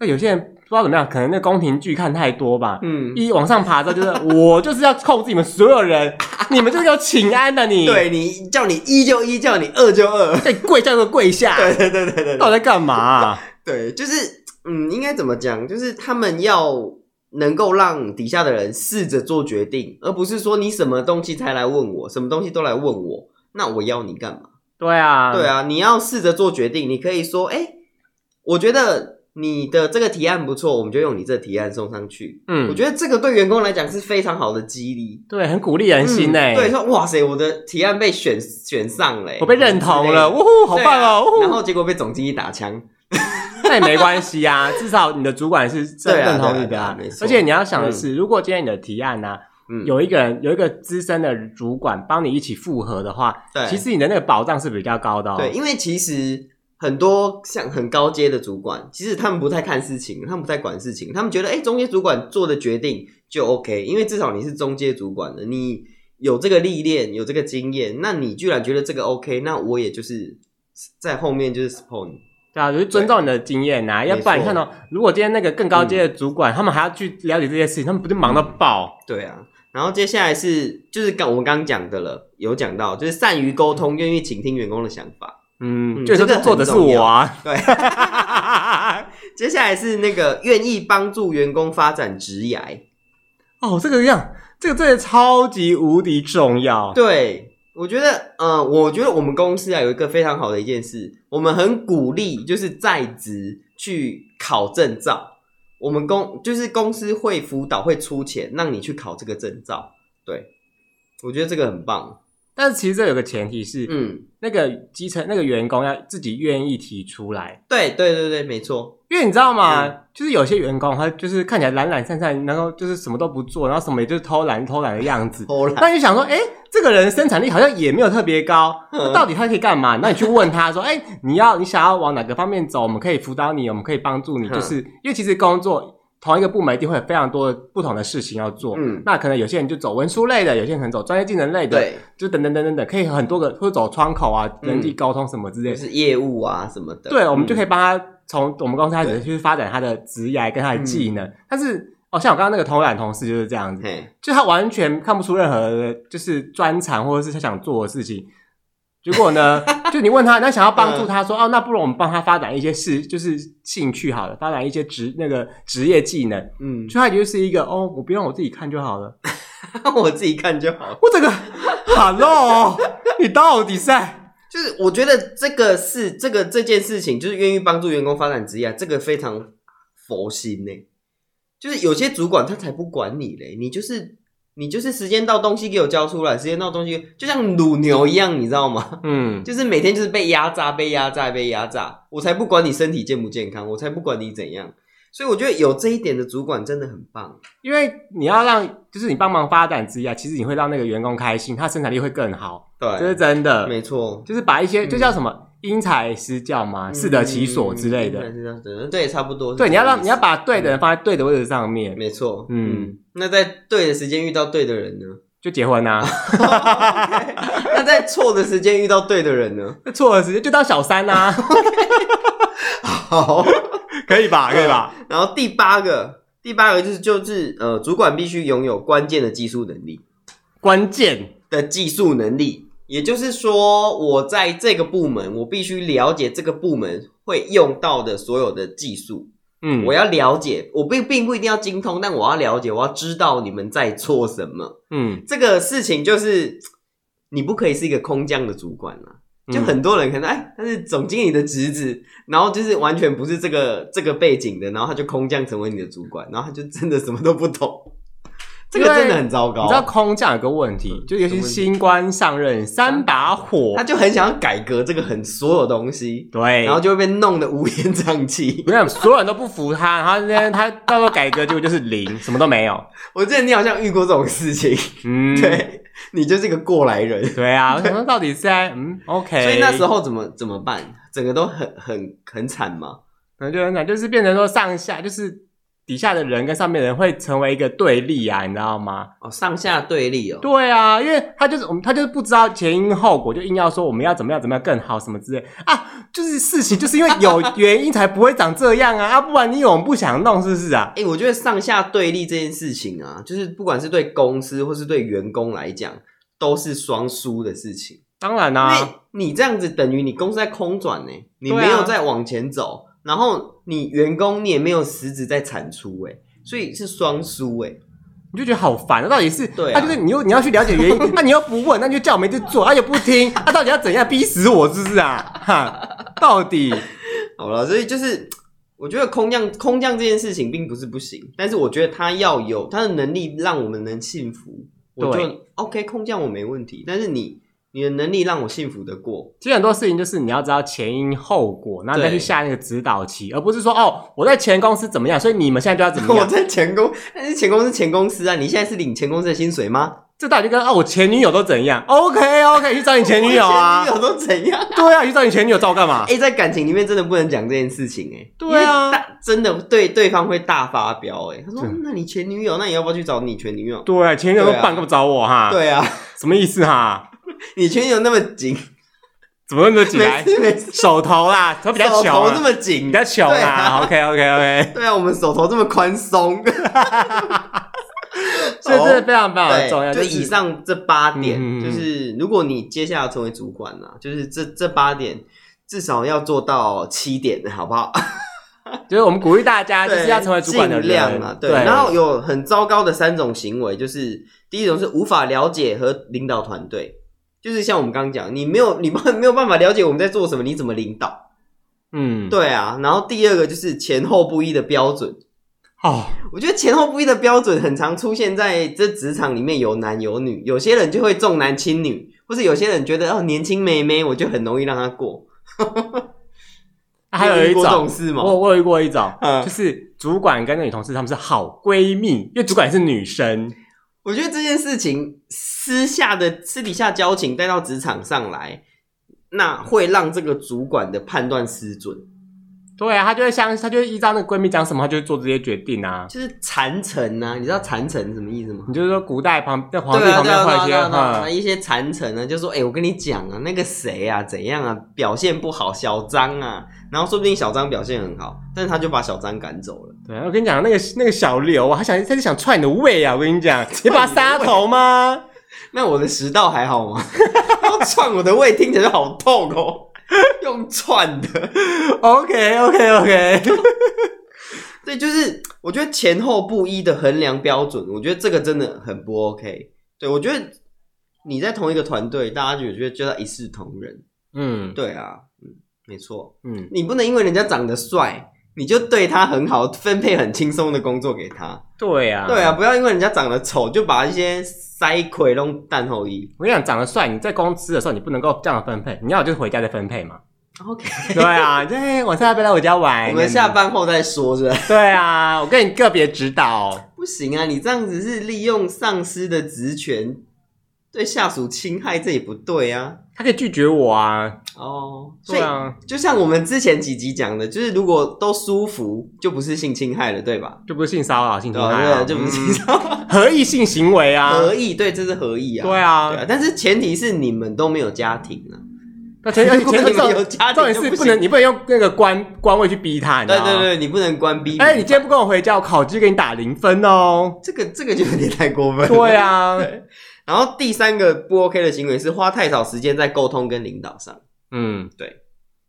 [SPEAKER 1] 那有些人不知道怎么样，可能那宫廷剧看太多吧。
[SPEAKER 2] 嗯，
[SPEAKER 1] 一往上爬之后，就是我就是要控制你们所有人，你们就是要请安的、你
[SPEAKER 2] 对你叫你一就一，叫你二就二，
[SPEAKER 1] 对跪下就跪下，
[SPEAKER 2] 对对对对对
[SPEAKER 1] 到底
[SPEAKER 2] 对
[SPEAKER 1] 在干嘛啊、
[SPEAKER 2] 对，就是嗯，应该怎么讲？就是他们要能够让底下的人试着做决定，而不是说你什么东西才来问我，什么东西都来问我，那我要你干嘛？
[SPEAKER 1] 对啊，
[SPEAKER 2] 对，啊，你要试着做决定，你可以说，哎、我觉得你的这个提案不错，我们就用你这提案送上去。我
[SPEAKER 1] 嗯，
[SPEAKER 2] 觉得这个对员工来讲是非常好的激励，
[SPEAKER 1] 对，很鼓励人心呢、
[SPEAKER 2] 嗯对，说哇塞，我的提案被选选上了、欸
[SPEAKER 1] 我被认同了，
[SPEAKER 2] 之
[SPEAKER 1] 呜
[SPEAKER 2] 类的
[SPEAKER 1] 呼，好棒
[SPEAKER 2] 对啊
[SPEAKER 1] 哦！呜呼
[SPEAKER 2] 然后结果被总经理打枪，
[SPEAKER 1] 那也没关系啊，至少你的主管是认
[SPEAKER 2] 对啊
[SPEAKER 1] 认同你的、
[SPEAKER 2] 对啊对啊没错
[SPEAKER 1] 而且你要想的是，如果今天你的提案呢、
[SPEAKER 2] 嗯，
[SPEAKER 1] 有一个人有一个资深的主管帮你一起复核的话，
[SPEAKER 2] 对
[SPEAKER 1] 其实你的那个保障是比较高的哦。
[SPEAKER 2] 对，因为其实很多像很高阶的主管，其实他们不太看事情，他们不太管事情，他们觉得哎、诶中阶主管做的决定就 OK，因为至少你是中阶主管的，你有这个历练，有这个经验，那你居然觉得这个 OK，那我也就是在后面就是 spawn，
[SPEAKER 1] 对啊，就是尊重你的经验呐、要不然你
[SPEAKER 2] 没错
[SPEAKER 1] 看哦，如果今天那个更高阶的主管，他们还要去了解这些事情，他们不就忙到爆？
[SPEAKER 2] 对啊。然后接下来是就是刚我们刚刚讲的了，有讲到就是善于沟通，愿意倾听员工的想法。
[SPEAKER 1] 嗯，
[SPEAKER 2] 嗯
[SPEAKER 1] 就是
[SPEAKER 2] 这个
[SPEAKER 1] 说
[SPEAKER 2] 很
[SPEAKER 1] 做的是我啊，
[SPEAKER 2] 对， <laughs> 接下来是那个愿意帮助员工发展职涯。
[SPEAKER 1] 哦，这个样，这个真的超级无敌重要。
[SPEAKER 2] 对，我觉得，呃，我觉得我们公司啊有一个非常好的一件事，我们很鼓励就是在职去考证照。我们公就是公司会辅导，会出钱让你去考这个证照。对，我觉得这个很棒。
[SPEAKER 1] 但是其实这有个前提是，
[SPEAKER 2] 嗯，
[SPEAKER 1] 那个基层那个员工要自己愿意提出来，
[SPEAKER 2] 对对对对，没错。
[SPEAKER 1] 因为你知道吗？
[SPEAKER 2] 嗯
[SPEAKER 1] 就是有些员工他就是看起来懒懒散散，然后就是什么都不做，然后什么也就是偷懒偷懒的样子。
[SPEAKER 2] 偷懒，
[SPEAKER 1] 那你就想说，哎、这个人生产力好像也没有特别高，
[SPEAKER 2] 嗯
[SPEAKER 1] 那到底他可以干嘛？那你去问他说，哎、你要你想要往哪个方面走？我们可以辅导你，我们可以帮助你，
[SPEAKER 2] 嗯
[SPEAKER 1] 就是因为其实工作。同一个部门一定会有非常多的不同的事情要做，
[SPEAKER 2] 嗯
[SPEAKER 1] 那可能有些人就走文书类的，有些人可能走专业技能类的，
[SPEAKER 2] 对，
[SPEAKER 1] 就等等等等等，可以很多个，或者走窗口啊、
[SPEAKER 2] 嗯
[SPEAKER 1] 人际沟通什么之类
[SPEAKER 2] 就
[SPEAKER 1] 的。
[SPEAKER 2] 是业务啊什么的。
[SPEAKER 1] 对，我们就可
[SPEAKER 2] 以。
[SPEAKER 1] 以帮他从我们公司开始去发展他的职业跟他的技
[SPEAKER 2] 嗯
[SPEAKER 1] 能。但是，哦，像我刚刚那个偷懒同事就是这样子，
[SPEAKER 2] 嘿，
[SPEAKER 1] 就他完全看不出任何的就是专长或者是他想做的事情。结果 <laughs> 呢，就你问他，那想要帮助他说，哦，那不如我们帮他发展一些事，就是兴趣好了，发展一些职那个职业技能。
[SPEAKER 2] 嗯，
[SPEAKER 1] 就他就是一个哦，我不用我自己看就好了。
[SPEAKER 2] <laughs> 我自己看就好。
[SPEAKER 1] 我整个 <laughs> ，hello，你到底在？
[SPEAKER 2] 就是我觉得这个是这个这件事情，就是愿意帮助员工发展职业，啊这个非常佛心呢、就是有些主管他才不管你嘞，你就是你就是时间到东西给我交出来，时间到东西就像乳牛一样，你知道吗？ <laughs>
[SPEAKER 1] 嗯，
[SPEAKER 2] 就是每天就是被压榨、被压榨、被压榨，我才不管你身体健不健康，我才不管你怎样。所以我觉得有这一点的主管真的很棒。
[SPEAKER 1] 因为你要让，就是你帮忙发展之一啊，其实你会让那个员工开心，他生产力会更好，这是
[SPEAKER 2] 对，
[SPEAKER 1] 真的。
[SPEAKER 2] 没错，
[SPEAKER 1] 就是把一些
[SPEAKER 2] 嗯
[SPEAKER 1] 就叫什么因材施教嘛，适得其所之类
[SPEAKER 2] 嗯
[SPEAKER 1] 的。
[SPEAKER 2] 是这样子对，差不多。
[SPEAKER 1] 对，你要让你要
[SPEAKER 2] 把。
[SPEAKER 1] 把对的人放在对的位置上面，
[SPEAKER 2] 没错，
[SPEAKER 1] 嗯
[SPEAKER 2] 嗯，那在对的时间遇到对的人呢？ <laughs>
[SPEAKER 1] 就结婚啊。
[SPEAKER 2] 那在错的时间遇到对的人呢？
[SPEAKER 1] 那 <laughs> 错了时间就当小三
[SPEAKER 2] <laughs>
[SPEAKER 1] 啊，
[SPEAKER 2] 好，
[SPEAKER 1] 可以吧？可以吧？
[SPEAKER 2] <laughs> 然后第八个，第八个就是就是呃，主管必须拥有关键的技术能力
[SPEAKER 1] 关键
[SPEAKER 2] 的技术能力，也就是说，我在这个部门，我必须了解这个部门会用到的所有的技术，
[SPEAKER 1] 嗯
[SPEAKER 2] 我要了解，我并并不一定要精通，但我要了解，我要知道你们在做什么。
[SPEAKER 1] 嗯
[SPEAKER 2] 这个事情就是你不可以是一个空降的主管啊。
[SPEAKER 1] 嗯
[SPEAKER 2] 就很多人可能哎，他是总经理的侄子，然后就是完全不是这个这个背景的，然后他就空降成为你的主管，然后他就真的什么都不懂，这个
[SPEAKER 1] 因为
[SPEAKER 2] 真的很糟
[SPEAKER 1] 你知道
[SPEAKER 2] 糕。
[SPEAKER 1] 空降有个问题，
[SPEAKER 2] 嗯
[SPEAKER 1] 就尤其是
[SPEAKER 2] 什么问题
[SPEAKER 1] 新官上任三把火
[SPEAKER 2] 他，就很想要改革这个很所有东西，
[SPEAKER 1] 对，
[SPEAKER 2] 然后就会被弄得乌烟瘴气。 <laughs>
[SPEAKER 1] 我想所有人都不服他，然后今天他到时候改革结果就是
[SPEAKER 2] <laughs>
[SPEAKER 1] 零，什么都没有。
[SPEAKER 2] 我记得你好像遇过这种事情，
[SPEAKER 1] 嗯，
[SPEAKER 2] 对你就是一个过来人，
[SPEAKER 1] 对啊，我想说到底是在嗯 OK，
[SPEAKER 2] 所以那时
[SPEAKER 1] 候
[SPEAKER 2] 候怎么怎么办？整个都很很很惨嘛。
[SPEAKER 1] 可能就很惨，就是变成说上下就是底下的人跟上面的人会成为一个对立啊，你知道吗？
[SPEAKER 2] 哦，上下对立哦，
[SPEAKER 1] 对啊，因为他就是我们，他就是不知道前因后果，就硬要说我们要怎么样怎么样更好什么之类啊，就是事情就是因为有原因才不会长这样啊，啊不然你有不想弄是不是啊？
[SPEAKER 2] 哎、我觉得上下对立这件事情啊，就是不管是对公司或是对员工来讲，都是双输的事情。
[SPEAKER 1] 当然啦、
[SPEAKER 2] 因为你这样子等于你公司在空转呢、你
[SPEAKER 1] 啊对啊
[SPEAKER 2] 没有在往前走，然后你员工你也没有实质在产出、哎，所以是双输、哎，
[SPEAKER 1] 你就觉得好烦啊，到底是
[SPEAKER 2] 对
[SPEAKER 1] 他、
[SPEAKER 2] 啊
[SPEAKER 1] 就是你又你要去了解
[SPEAKER 2] <laughs>
[SPEAKER 1] 原因，那、你又不问，那你就叫我们去做，他、啊也不听，他、到底要怎样逼死我是不是啊？哈，到底
[SPEAKER 2] 好了，所以就是我觉得空降空降这件事情并不是不行，但是我觉得他要有他的能力让我们能幸福，我就 OK 空降我没问题，但是你你的能力让我幸福的过，
[SPEAKER 1] 其实很多事情就是你要知道前因后果，然后再去
[SPEAKER 2] 对
[SPEAKER 1] 下那个指导期，而不是说哦我在前公司怎么样，所以你们现在就要怎么
[SPEAKER 2] <laughs> 我
[SPEAKER 1] 样。
[SPEAKER 2] 在前公，但是前公司前公司啊，你现在是领前公司的薪水
[SPEAKER 1] <laughs>
[SPEAKER 2] 吗？
[SPEAKER 1] 这到底就跟啊我前女友都怎样？OK
[SPEAKER 2] <laughs>
[SPEAKER 1] OK，去找你前女友啊
[SPEAKER 2] 我前。女友都怎样？
[SPEAKER 1] 对啊，去找你前女友找我干嘛？
[SPEAKER 2] 哎、在感情里面真的不能讲这件事情哎、
[SPEAKER 1] 对啊
[SPEAKER 2] 因为大真的对对方会大发飙哎、他说
[SPEAKER 1] 对
[SPEAKER 2] 那你前女友，那你要不要去找你前女友？
[SPEAKER 1] 对，前女友都
[SPEAKER 2] 对啊
[SPEAKER 1] 办，干嘛找我哈？，
[SPEAKER 2] 对啊，
[SPEAKER 1] 什么意思哈？
[SPEAKER 2] 你前女友那么紧，
[SPEAKER 1] 怎么那么起
[SPEAKER 2] 每
[SPEAKER 1] 来？
[SPEAKER 2] 次每次
[SPEAKER 1] 手头啦，手比较
[SPEAKER 2] 手
[SPEAKER 1] 巧
[SPEAKER 2] 头这
[SPEAKER 1] 啊，
[SPEAKER 2] 么
[SPEAKER 1] 比
[SPEAKER 2] 紧，
[SPEAKER 1] 较巧
[SPEAKER 2] 对
[SPEAKER 1] 啦。
[SPEAKER 2] 啊
[SPEAKER 1] OK OK OK，
[SPEAKER 2] 对啊，我们手头这么宽
[SPEAKER 1] <laughs>
[SPEAKER 2] 松，哦
[SPEAKER 1] 所以这是非常非常
[SPEAKER 2] 对，
[SPEAKER 1] 重要。
[SPEAKER 2] 就是以上这八点，
[SPEAKER 1] 嗯嗯嗯
[SPEAKER 2] 就是如果你接下来成为主管呢、就是这这八点至少要做到七点，好不好？
[SPEAKER 1] 就是我们鼓励大啊家，就
[SPEAKER 2] 对，
[SPEAKER 1] 是要成为主管的
[SPEAKER 2] 尽量
[SPEAKER 1] 人
[SPEAKER 2] 啊，对。然后有很糟糕的三种行为，就是第一种是无法了解和领导团队，就是像我们刚刚讲，你没有你 <laughs> 没有办法了解我们在做什么，你怎么领导？
[SPEAKER 1] 嗯，
[SPEAKER 2] 对啊。然后第二个就是前后不一的标准，
[SPEAKER 1] 哦，
[SPEAKER 2] 我觉得前后不一的标准很常出现在这职场里面，有男有女，有些人就会重男轻女，或是有些人觉得哦年轻妹妹我就很容易让她过，
[SPEAKER 1] <laughs> 啊还有一
[SPEAKER 2] 你遇过这
[SPEAKER 1] 种
[SPEAKER 2] 种事吗？
[SPEAKER 1] 我我有遇过一种，
[SPEAKER 2] 嗯
[SPEAKER 1] 就是主管跟那女同事她们是好闺蜜，因为主管是女生，
[SPEAKER 2] 我觉得这件事情私下的私底下交情带到职场上来，那会让这个主管的判断失准，
[SPEAKER 1] 对啊，她就会相，她就会依照那个闺蜜讲什么，她就会做这些决定啊。
[SPEAKER 2] 就是缠城啊，你知道缠城什么意思吗？
[SPEAKER 1] 你就是说古代旁在皇帝
[SPEAKER 2] 对啊，
[SPEAKER 1] 旁
[SPEAKER 2] 对
[SPEAKER 1] 边
[SPEAKER 2] 啊，
[SPEAKER 1] 画一些嗯
[SPEAKER 2] 对啊，对啊，对啊
[SPEAKER 1] 哈，
[SPEAKER 2] 一些缠城呢，就说，哎、我跟你讲啊，那个谁啊，怎样啊，表现不好，小张啊，然后说不定小张表现很好，但是他就把小张赶走了。
[SPEAKER 1] 对，啊我跟你讲，那个那个小刘啊，他想他是想踹你的胃啊！我跟你讲， <laughs> 你把他杀头吗？ <laughs>
[SPEAKER 2] 那我的食道还好吗？ <laughs> 要串我的胃，听起来就好痛哦，用串的。
[SPEAKER 1] OK OK OK， <laughs>
[SPEAKER 2] 对，就是我觉得前后不一的衡量标准，我觉得这个真的很不 OK。对我觉得你在同一个团队，大家就觉得就要一视同仁。
[SPEAKER 1] 嗯
[SPEAKER 2] 对啊，嗯，没错，
[SPEAKER 1] 嗯，
[SPEAKER 2] 你不能因为人家长得帅，你就对他很好，分配很轻松的工作给他。
[SPEAKER 1] 对啊，
[SPEAKER 2] 对。啊，不要因为人家长得丑，就把一些塞葵弄蛋后衣。
[SPEAKER 1] 我跟你讲，长得帅，你在公司的时候你不能够这样分配，你要就是回家再分配嘛。 <laughs>
[SPEAKER 2] OK，
[SPEAKER 1] 对啊，对，晚上要不要来我家玩？
[SPEAKER 2] 我们下班后再说，是吧？
[SPEAKER 1] <laughs>
[SPEAKER 2] <laughs>
[SPEAKER 1] 对啊，我跟你个别指导。
[SPEAKER 2] 不行啊，你这样子是利用上司的职权对下属侵害，这也不对啊。
[SPEAKER 1] 他可以拒绝我啊，
[SPEAKER 2] 哦，所
[SPEAKER 1] 对
[SPEAKER 2] 以
[SPEAKER 1] 啊，
[SPEAKER 2] 就像我们之前几集讲的，就是如果都舒服，就不是性侵害了，对吧？
[SPEAKER 1] 就不是性骚扰、性侵
[SPEAKER 2] 对
[SPEAKER 1] 害
[SPEAKER 2] 啊，
[SPEAKER 1] 嗯啊，
[SPEAKER 2] 对，就不是
[SPEAKER 1] 嗯
[SPEAKER 2] 性侵害， <laughs>
[SPEAKER 1] 合意性行为啊，
[SPEAKER 2] 合意，对，这是合意啊。
[SPEAKER 1] 对啊
[SPEAKER 2] 对啊，但是前提是你们都没有家庭啊。
[SPEAKER 1] 那哎前
[SPEAKER 2] <laughs>
[SPEAKER 1] 而且
[SPEAKER 2] 如果
[SPEAKER 1] 前提
[SPEAKER 2] 你们
[SPEAKER 1] 重
[SPEAKER 2] 有家庭
[SPEAKER 1] 重点
[SPEAKER 2] 就是不
[SPEAKER 1] 不能，
[SPEAKER 2] 行
[SPEAKER 1] 你不能用那个官官位去逼他，你知
[SPEAKER 2] 对
[SPEAKER 1] 道吗？
[SPEAKER 2] 对对，啊你不能关闭。
[SPEAKER 1] 哎、你今天不跟我回家，我考绩给你打零分哦。
[SPEAKER 2] 这个这个就有点太过分了。
[SPEAKER 1] 对啊，
[SPEAKER 2] <laughs> 对。然后第三个不 OK 的行为是花太少时间在沟通跟领导上。
[SPEAKER 1] 嗯，
[SPEAKER 2] 对。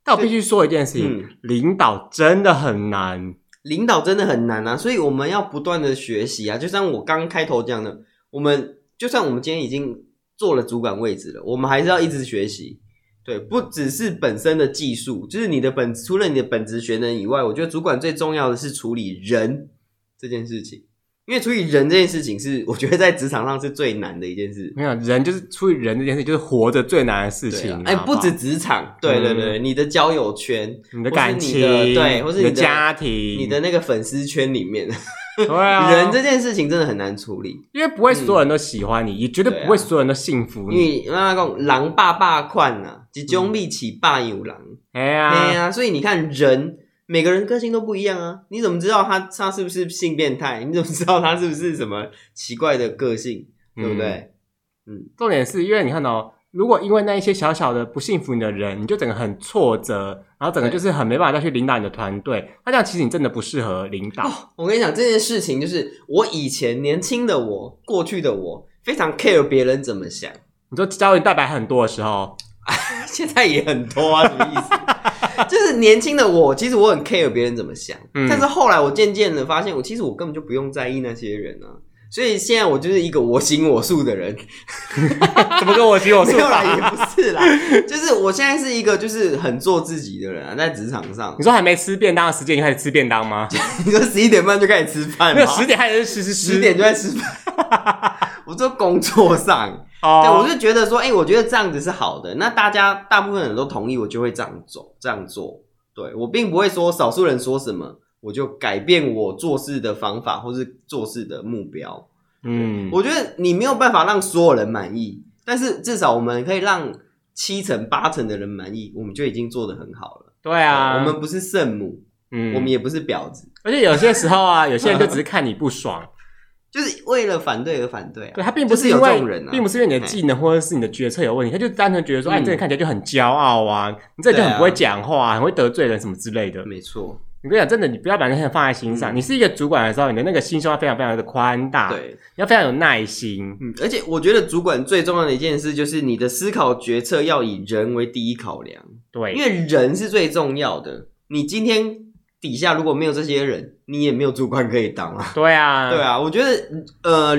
[SPEAKER 1] 但我必须说一件事情，
[SPEAKER 2] 嗯，
[SPEAKER 1] 领导真的很难。
[SPEAKER 2] 领导真的很难啊，所以我们要不断的学习啊。就像我刚开头讲的，我们就算我们今天已经做了主管位置了，我们还是要一直学习。对，不只是本身的技术，就是你的本除了你的本职学能以外，我觉得主管最重要的是处理人这件事情，因为处理人这件事情是我 <laughs> 觉得在职场上是最难的一件事。
[SPEAKER 1] 没有人就是出于人这件事，就是活着最难的事
[SPEAKER 2] 对
[SPEAKER 1] 情
[SPEAKER 2] 啊
[SPEAKER 1] 啊。
[SPEAKER 2] 哎、
[SPEAKER 1] 好嗯
[SPEAKER 2] 不
[SPEAKER 1] 好
[SPEAKER 2] 止职场，对对对，你的交友圈、
[SPEAKER 1] 你的
[SPEAKER 2] 或是
[SPEAKER 1] 感
[SPEAKER 2] 你的
[SPEAKER 1] 情，
[SPEAKER 2] 对或是
[SPEAKER 1] 你的
[SPEAKER 2] 你的
[SPEAKER 1] 家庭，你
[SPEAKER 2] 你的那个粉丝圈里面，
[SPEAKER 1] 对啊，
[SPEAKER 2] <laughs> 人这件事情真的很难处理。
[SPEAKER 1] 因为不会所有人都喜欢你，也绝对
[SPEAKER 2] 对啊
[SPEAKER 1] 不会所有人都幸福
[SPEAKER 2] 因
[SPEAKER 1] 你。
[SPEAKER 2] 为妈妈讲狼爸爸款呐、啊，一种米饲霸有狼。
[SPEAKER 1] 哎
[SPEAKER 2] 哎
[SPEAKER 1] 呀，
[SPEAKER 2] 呀、所以你看人每个人个性都不一样啊，你怎么知道他他是不是性变态？你怎么知道他是不是什么奇怪的个性？对不对？
[SPEAKER 1] 重点是因为你看哦，如果因为那一些小小的不幸福你的人，你就整个很挫折，然后整个就是很没办法再去领导你的团队，那这样其实你真的不适合领导。
[SPEAKER 2] 哦我跟你讲这件事情，就是我以前年轻的我，过去的我非常 care 别人怎么想，
[SPEAKER 1] 你说胶原蛋白很多的时候，
[SPEAKER 2] <laughs> 现在也很多啊，什么意
[SPEAKER 1] <laughs>
[SPEAKER 2] 思？就是年轻的我，其实我很 care 别人怎么想，
[SPEAKER 1] 嗯
[SPEAKER 2] 但是后来我渐渐的发现，我其实我根本就不用在意那些人啊。所以现在我就是一个我行我素的人，
[SPEAKER 1] 怎么跟我举我
[SPEAKER 2] <laughs> 没
[SPEAKER 1] 说
[SPEAKER 2] 有
[SPEAKER 1] 法？
[SPEAKER 2] 啦，也不
[SPEAKER 1] <laughs>
[SPEAKER 2] 是啦，就是我现在是一个就是很做自己的人啊，在职场上
[SPEAKER 1] 你，说还没吃便当的时间，你开始吃便当
[SPEAKER 2] <laughs>
[SPEAKER 1] 吗？
[SPEAKER 2] 你说十一点半就开始吃饭
[SPEAKER 1] 没
[SPEAKER 2] 吗？
[SPEAKER 1] 有十点开始吃吃吃，
[SPEAKER 2] 十点就在吃饭，
[SPEAKER 1] <laughs>
[SPEAKER 2] 我说工作上，
[SPEAKER 1] 哦，
[SPEAKER 2] 对，我就觉得说，哎、我觉得这样子是好的。那大家大部分人都同意，我就会这样走，这样做。对我并不会说少数人说什么，我就改变我做事的方法或是做事的目标。
[SPEAKER 1] 嗯，
[SPEAKER 2] 我觉得你没有办法让所有人满意，但是至少我们可以让七成八成的人满意，我们就已经做得很好了。
[SPEAKER 1] 对啊，
[SPEAKER 2] 我们不是圣母，
[SPEAKER 1] 嗯，
[SPEAKER 2] 我们也不是婊子，
[SPEAKER 1] 而且有些时候啊，有些人就只是看你不爽，
[SPEAKER 2] 就是为了反对而反对、啊。
[SPEAKER 1] 对他并不
[SPEAKER 2] 就是
[SPEAKER 1] 因
[SPEAKER 2] 有
[SPEAKER 1] 为，
[SPEAKER 2] 这种人啊，
[SPEAKER 1] 并不是因为你的技能或者是你的决策有问题，他就单纯觉得说，哎、
[SPEAKER 2] 嗯
[SPEAKER 1] 你这个人看起来就很骄傲啊，你这个人就
[SPEAKER 2] 对啊
[SPEAKER 1] 很不会讲话、很会得罪人什么之类的。
[SPEAKER 2] 没错，
[SPEAKER 1] 你跟你讲，真的，你不要把那些人放在心上。
[SPEAKER 2] 嗯
[SPEAKER 1] 你是一个主管的时候，你的那个心胸要非常非常的宽大，，
[SPEAKER 2] 对。
[SPEAKER 1] 你要非常有耐心。
[SPEAKER 2] 嗯，而且我觉得主管最重要的一件事就是你的思考决策要以人为第一考量，
[SPEAKER 1] 对，
[SPEAKER 2] 因为人是最重要的。你今天底下如果没有这些人，你也没有主管可以当
[SPEAKER 1] <laughs>
[SPEAKER 2] 啊。
[SPEAKER 1] 对啊，
[SPEAKER 2] 对，啊，我觉得呃，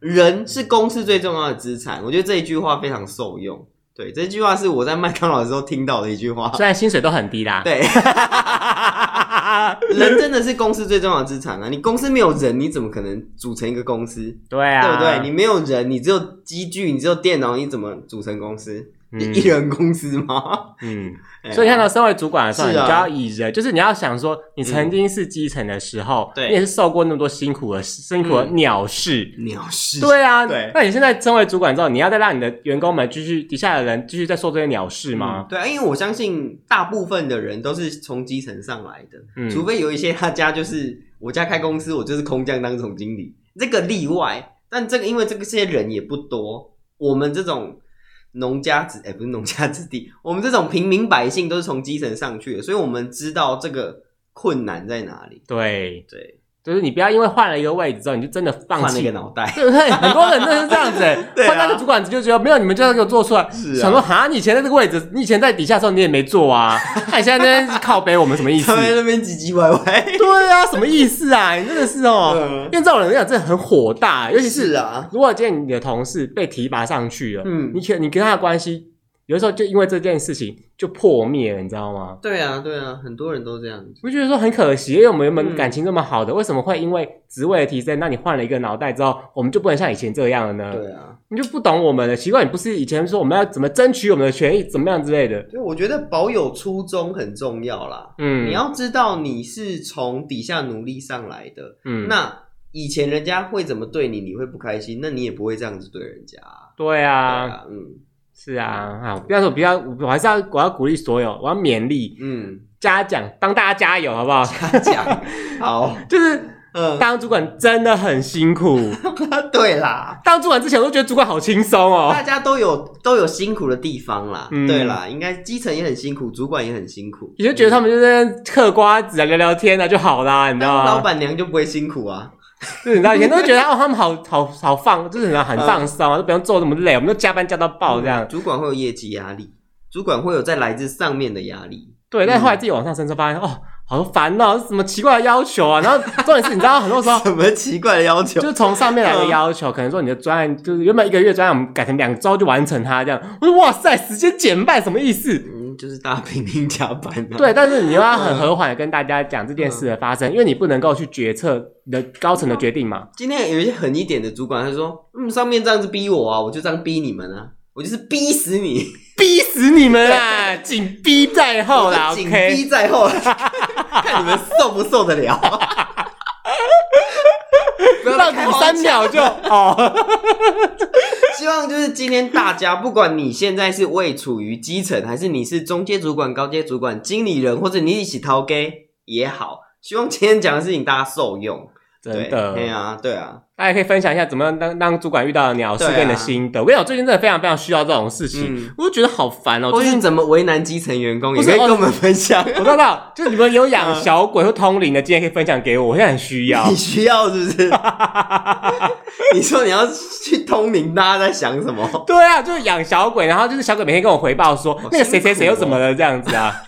[SPEAKER 2] 人是公司最重要的资产。我觉得这一句话非常受用。对，这句话是我在麦当劳的时候听到的一句
[SPEAKER 1] <laughs>
[SPEAKER 2] 话。
[SPEAKER 1] 虽然薪水都很低啦，
[SPEAKER 2] 对，人真的是公司最重要的资产啊！你公司没有人，你怎么可能组成一个公司？
[SPEAKER 1] <laughs> 对啊，
[SPEAKER 2] 对不对？你没有人，你只有机具，你只有电脑，你怎么组成公司？
[SPEAKER 1] 嗯
[SPEAKER 2] 一人公司吗？
[SPEAKER 1] 嗯，
[SPEAKER 2] 哎
[SPEAKER 1] <laughs>
[SPEAKER 2] 呀
[SPEAKER 1] 所以看到身为主管的时候，
[SPEAKER 2] 是
[SPEAKER 1] 你就
[SPEAKER 2] 啊嗯
[SPEAKER 1] 要以人，就是你要想说，你曾经是基层的时候，
[SPEAKER 2] 对嗯
[SPEAKER 1] 你也是受过那么多辛苦的辛苦的鸟事。
[SPEAKER 2] 鸟事，
[SPEAKER 1] 对啊，
[SPEAKER 2] 对
[SPEAKER 1] 那你现在身为主管之后，你要再让你的员工们继续底下的人继续在做这些鸟事
[SPEAKER 2] 嗯
[SPEAKER 1] 吗？
[SPEAKER 2] 对啊，因为我相信大部分的人都是从基层上来的，
[SPEAKER 1] 嗯
[SPEAKER 2] 除非有一些他家就是我家开公司，我就是空降当总经理，这个例外。但这个因为这个这些人也不多，我们这种农家子哎、不是农家子弟， <laughs> 我们这种平民百姓都是从基层上去的，所以我们知道这个困难在哪里。
[SPEAKER 1] 对，
[SPEAKER 2] 对，
[SPEAKER 1] 就是你不要因为换了一个位置之后，你就真的放
[SPEAKER 2] 换了一
[SPEAKER 1] 弃
[SPEAKER 2] 个。脑袋。
[SPEAKER 1] 对不对？很多人都是这样子、欸，
[SPEAKER 2] <laughs> 对啊
[SPEAKER 1] 换到个主管就觉得没有你们就要给我做出来，
[SPEAKER 2] 是啊
[SPEAKER 1] 想说哈，你以前在这个位置，你以前在底下的时候你也没做
[SPEAKER 2] <laughs>
[SPEAKER 1] 啊，那你现在在那边靠背我们什么意思
[SPEAKER 2] 他？们在那边唧唧歪歪。
[SPEAKER 1] 对啊，什么意思啊？你真的是哦，
[SPEAKER 2] <laughs> 嗯
[SPEAKER 1] 因为这种人来讲真的很火大，尤其是
[SPEAKER 2] 啊，
[SPEAKER 1] 如果今天你的同事被提拔上去了，
[SPEAKER 2] 嗯
[SPEAKER 1] 你可你跟他的关系，有的时候就因为这件事情就破灭了，你知道吗？
[SPEAKER 2] 对啊，对啊，很多人都这样子。
[SPEAKER 1] 我就觉得说很可惜，因为我们原本
[SPEAKER 2] 嗯
[SPEAKER 1] 感情这么好的，为什么会因为职位的提升，那你换了一个脑袋之后，我们就不能像以前这样了呢？
[SPEAKER 2] 对啊，
[SPEAKER 1] 你就不懂我们了，奇怪，你不是以前说我们要怎么争取我们的权益，怎么样之类的？
[SPEAKER 2] 对，我觉得保有初衷很重要啦。
[SPEAKER 1] 嗯，
[SPEAKER 2] 你要知道你是从底下努力上来的，
[SPEAKER 1] 嗯，
[SPEAKER 2] 那以前人家会怎么对你，你会不开心，那你也不会这样子对人家啊。
[SPEAKER 1] 对
[SPEAKER 2] 对
[SPEAKER 1] 啊，
[SPEAKER 2] 啊，嗯
[SPEAKER 1] 是啊，啊，不要说不要，我还是要我要鼓励所有，我要勉励
[SPEAKER 2] 嗯，
[SPEAKER 1] 嘉奖，帮大家加油，好不 <laughs> 好？
[SPEAKER 2] 他讲好，
[SPEAKER 1] 就是
[SPEAKER 2] 嗯， <laughs>
[SPEAKER 1] 当主管真的很辛苦，
[SPEAKER 2] 对啦。
[SPEAKER 1] 当主管之前我都觉得主管好轻松哦
[SPEAKER 2] 大。家都有都有辛苦的地方啦，
[SPEAKER 1] 嗯
[SPEAKER 2] 对啦，应该基层也很辛苦，主管也很辛苦，
[SPEAKER 1] 也就觉得他们就在那嗑瓜子啊、聊聊天啊就好啦，你知道
[SPEAKER 2] 当嗯老
[SPEAKER 1] 吗？
[SPEAKER 2] 板娘就不会辛苦啊，
[SPEAKER 1] 就是你知道以前都会觉得哦，他们好好好放，就是你知道很放松啊，都不用做那么累，我们都加班加到爆这样
[SPEAKER 2] 嗯嗯。主管会有业绩压力，主管会有在来自上面的压力。
[SPEAKER 1] 对，但是后
[SPEAKER 2] 嗯
[SPEAKER 1] 来自己往上升之后发现，哦，好烦哦，什么奇怪的要求啊。然后重点是，你知道很
[SPEAKER 2] <laughs>
[SPEAKER 1] 多时候
[SPEAKER 2] 什么奇怪的要求
[SPEAKER 1] 就？是从上面来
[SPEAKER 2] 嗯
[SPEAKER 1] 的要求，可能说你的专案就是原本一个月专案，我们改成两周就完成它这样。我说哇塞，时间减半什么意思？
[SPEAKER 2] 嗯，就是大家拼命加班、啊。
[SPEAKER 1] 对，但是你又要很和缓的跟大家讲这件
[SPEAKER 2] 嗯
[SPEAKER 1] 事的发生，因为你不能够去决策你的高层的决定嘛。
[SPEAKER 2] 今天有一些狠一点的主管，他说：“嗯，上面这样子逼我啊，我就这样逼你们啊，我就是逼死你，
[SPEAKER 1] 逼死你们啦，紧逼在后啦
[SPEAKER 2] <laughs> 我就紧
[SPEAKER 1] ，OK。
[SPEAKER 2] 逼在后，
[SPEAKER 1] <laughs>
[SPEAKER 2] 看你们受不受得了。”不要
[SPEAKER 1] 到
[SPEAKER 2] 再
[SPEAKER 1] 底
[SPEAKER 2] 开黄
[SPEAKER 1] 三
[SPEAKER 2] 腔
[SPEAKER 1] 秒就哦，
[SPEAKER 2] 希望就是今天大家，不管你现在是位处于基层，还是你是中阶主管、高阶主管、经理人，或者你一起逃 gay，也好，希望今天讲的事情大家受用。 <laughs> 对
[SPEAKER 1] 真的，
[SPEAKER 2] 对啊，对啊，
[SPEAKER 1] 大家可以分享一下怎么样当当主管遇到的鸟事
[SPEAKER 2] 对啊
[SPEAKER 1] 跟你的心得。我跟你讲，最近真的非常非常需要这种事情，
[SPEAKER 2] 嗯，
[SPEAKER 1] 我就觉得好烦哦。
[SPEAKER 2] 或
[SPEAKER 1] 就是
[SPEAKER 2] 是怎么为难基层员工，
[SPEAKER 1] 不
[SPEAKER 2] 也
[SPEAKER 1] 是
[SPEAKER 2] 可以
[SPEAKER 1] 哦
[SPEAKER 2] 跟我们分享。
[SPEAKER 1] 我知道，就是你们有养
[SPEAKER 2] <laughs> 嗯
[SPEAKER 1] 小鬼或通灵的，今天可以分享给我，我现在很需要
[SPEAKER 2] 你。需要是不
[SPEAKER 1] <laughs>
[SPEAKER 2] 是？你说你要去通灵，大家在想什么？
[SPEAKER 1] 对啊，就是养小鬼，然后就是小鬼每天跟我回报说，那个谁谁谁又怎么了这样子啊。
[SPEAKER 2] <laughs>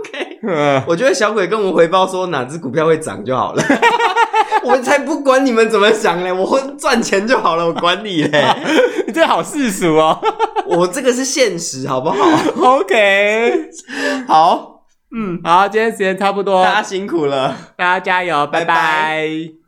[SPEAKER 2] OK
[SPEAKER 1] 嗯，
[SPEAKER 2] 我觉得小鬼跟我们回报说哪只股票会涨就好了， <laughs> 我才不管你们怎么想嘞，我会赚钱就好了，我管你嘞，
[SPEAKER 1] 你这好世俗哦。 <laughs>
[SPEAKER 2] 我这个是现实，好 <laughs> 不好？
[SPEAKER 1] OK，
[SPEAKER 2] 好，
[SPEAKER 1] 嗯，好，今天时间差不多，
[SPEAKER 2] 大家辛苦了。
[SPEAKER 1] 大家加油，
[SPEAKER 2] 拜
[SPEAKER 1] 拜
[SPEAKER 2] 拜
[SPEAKER 1] 拜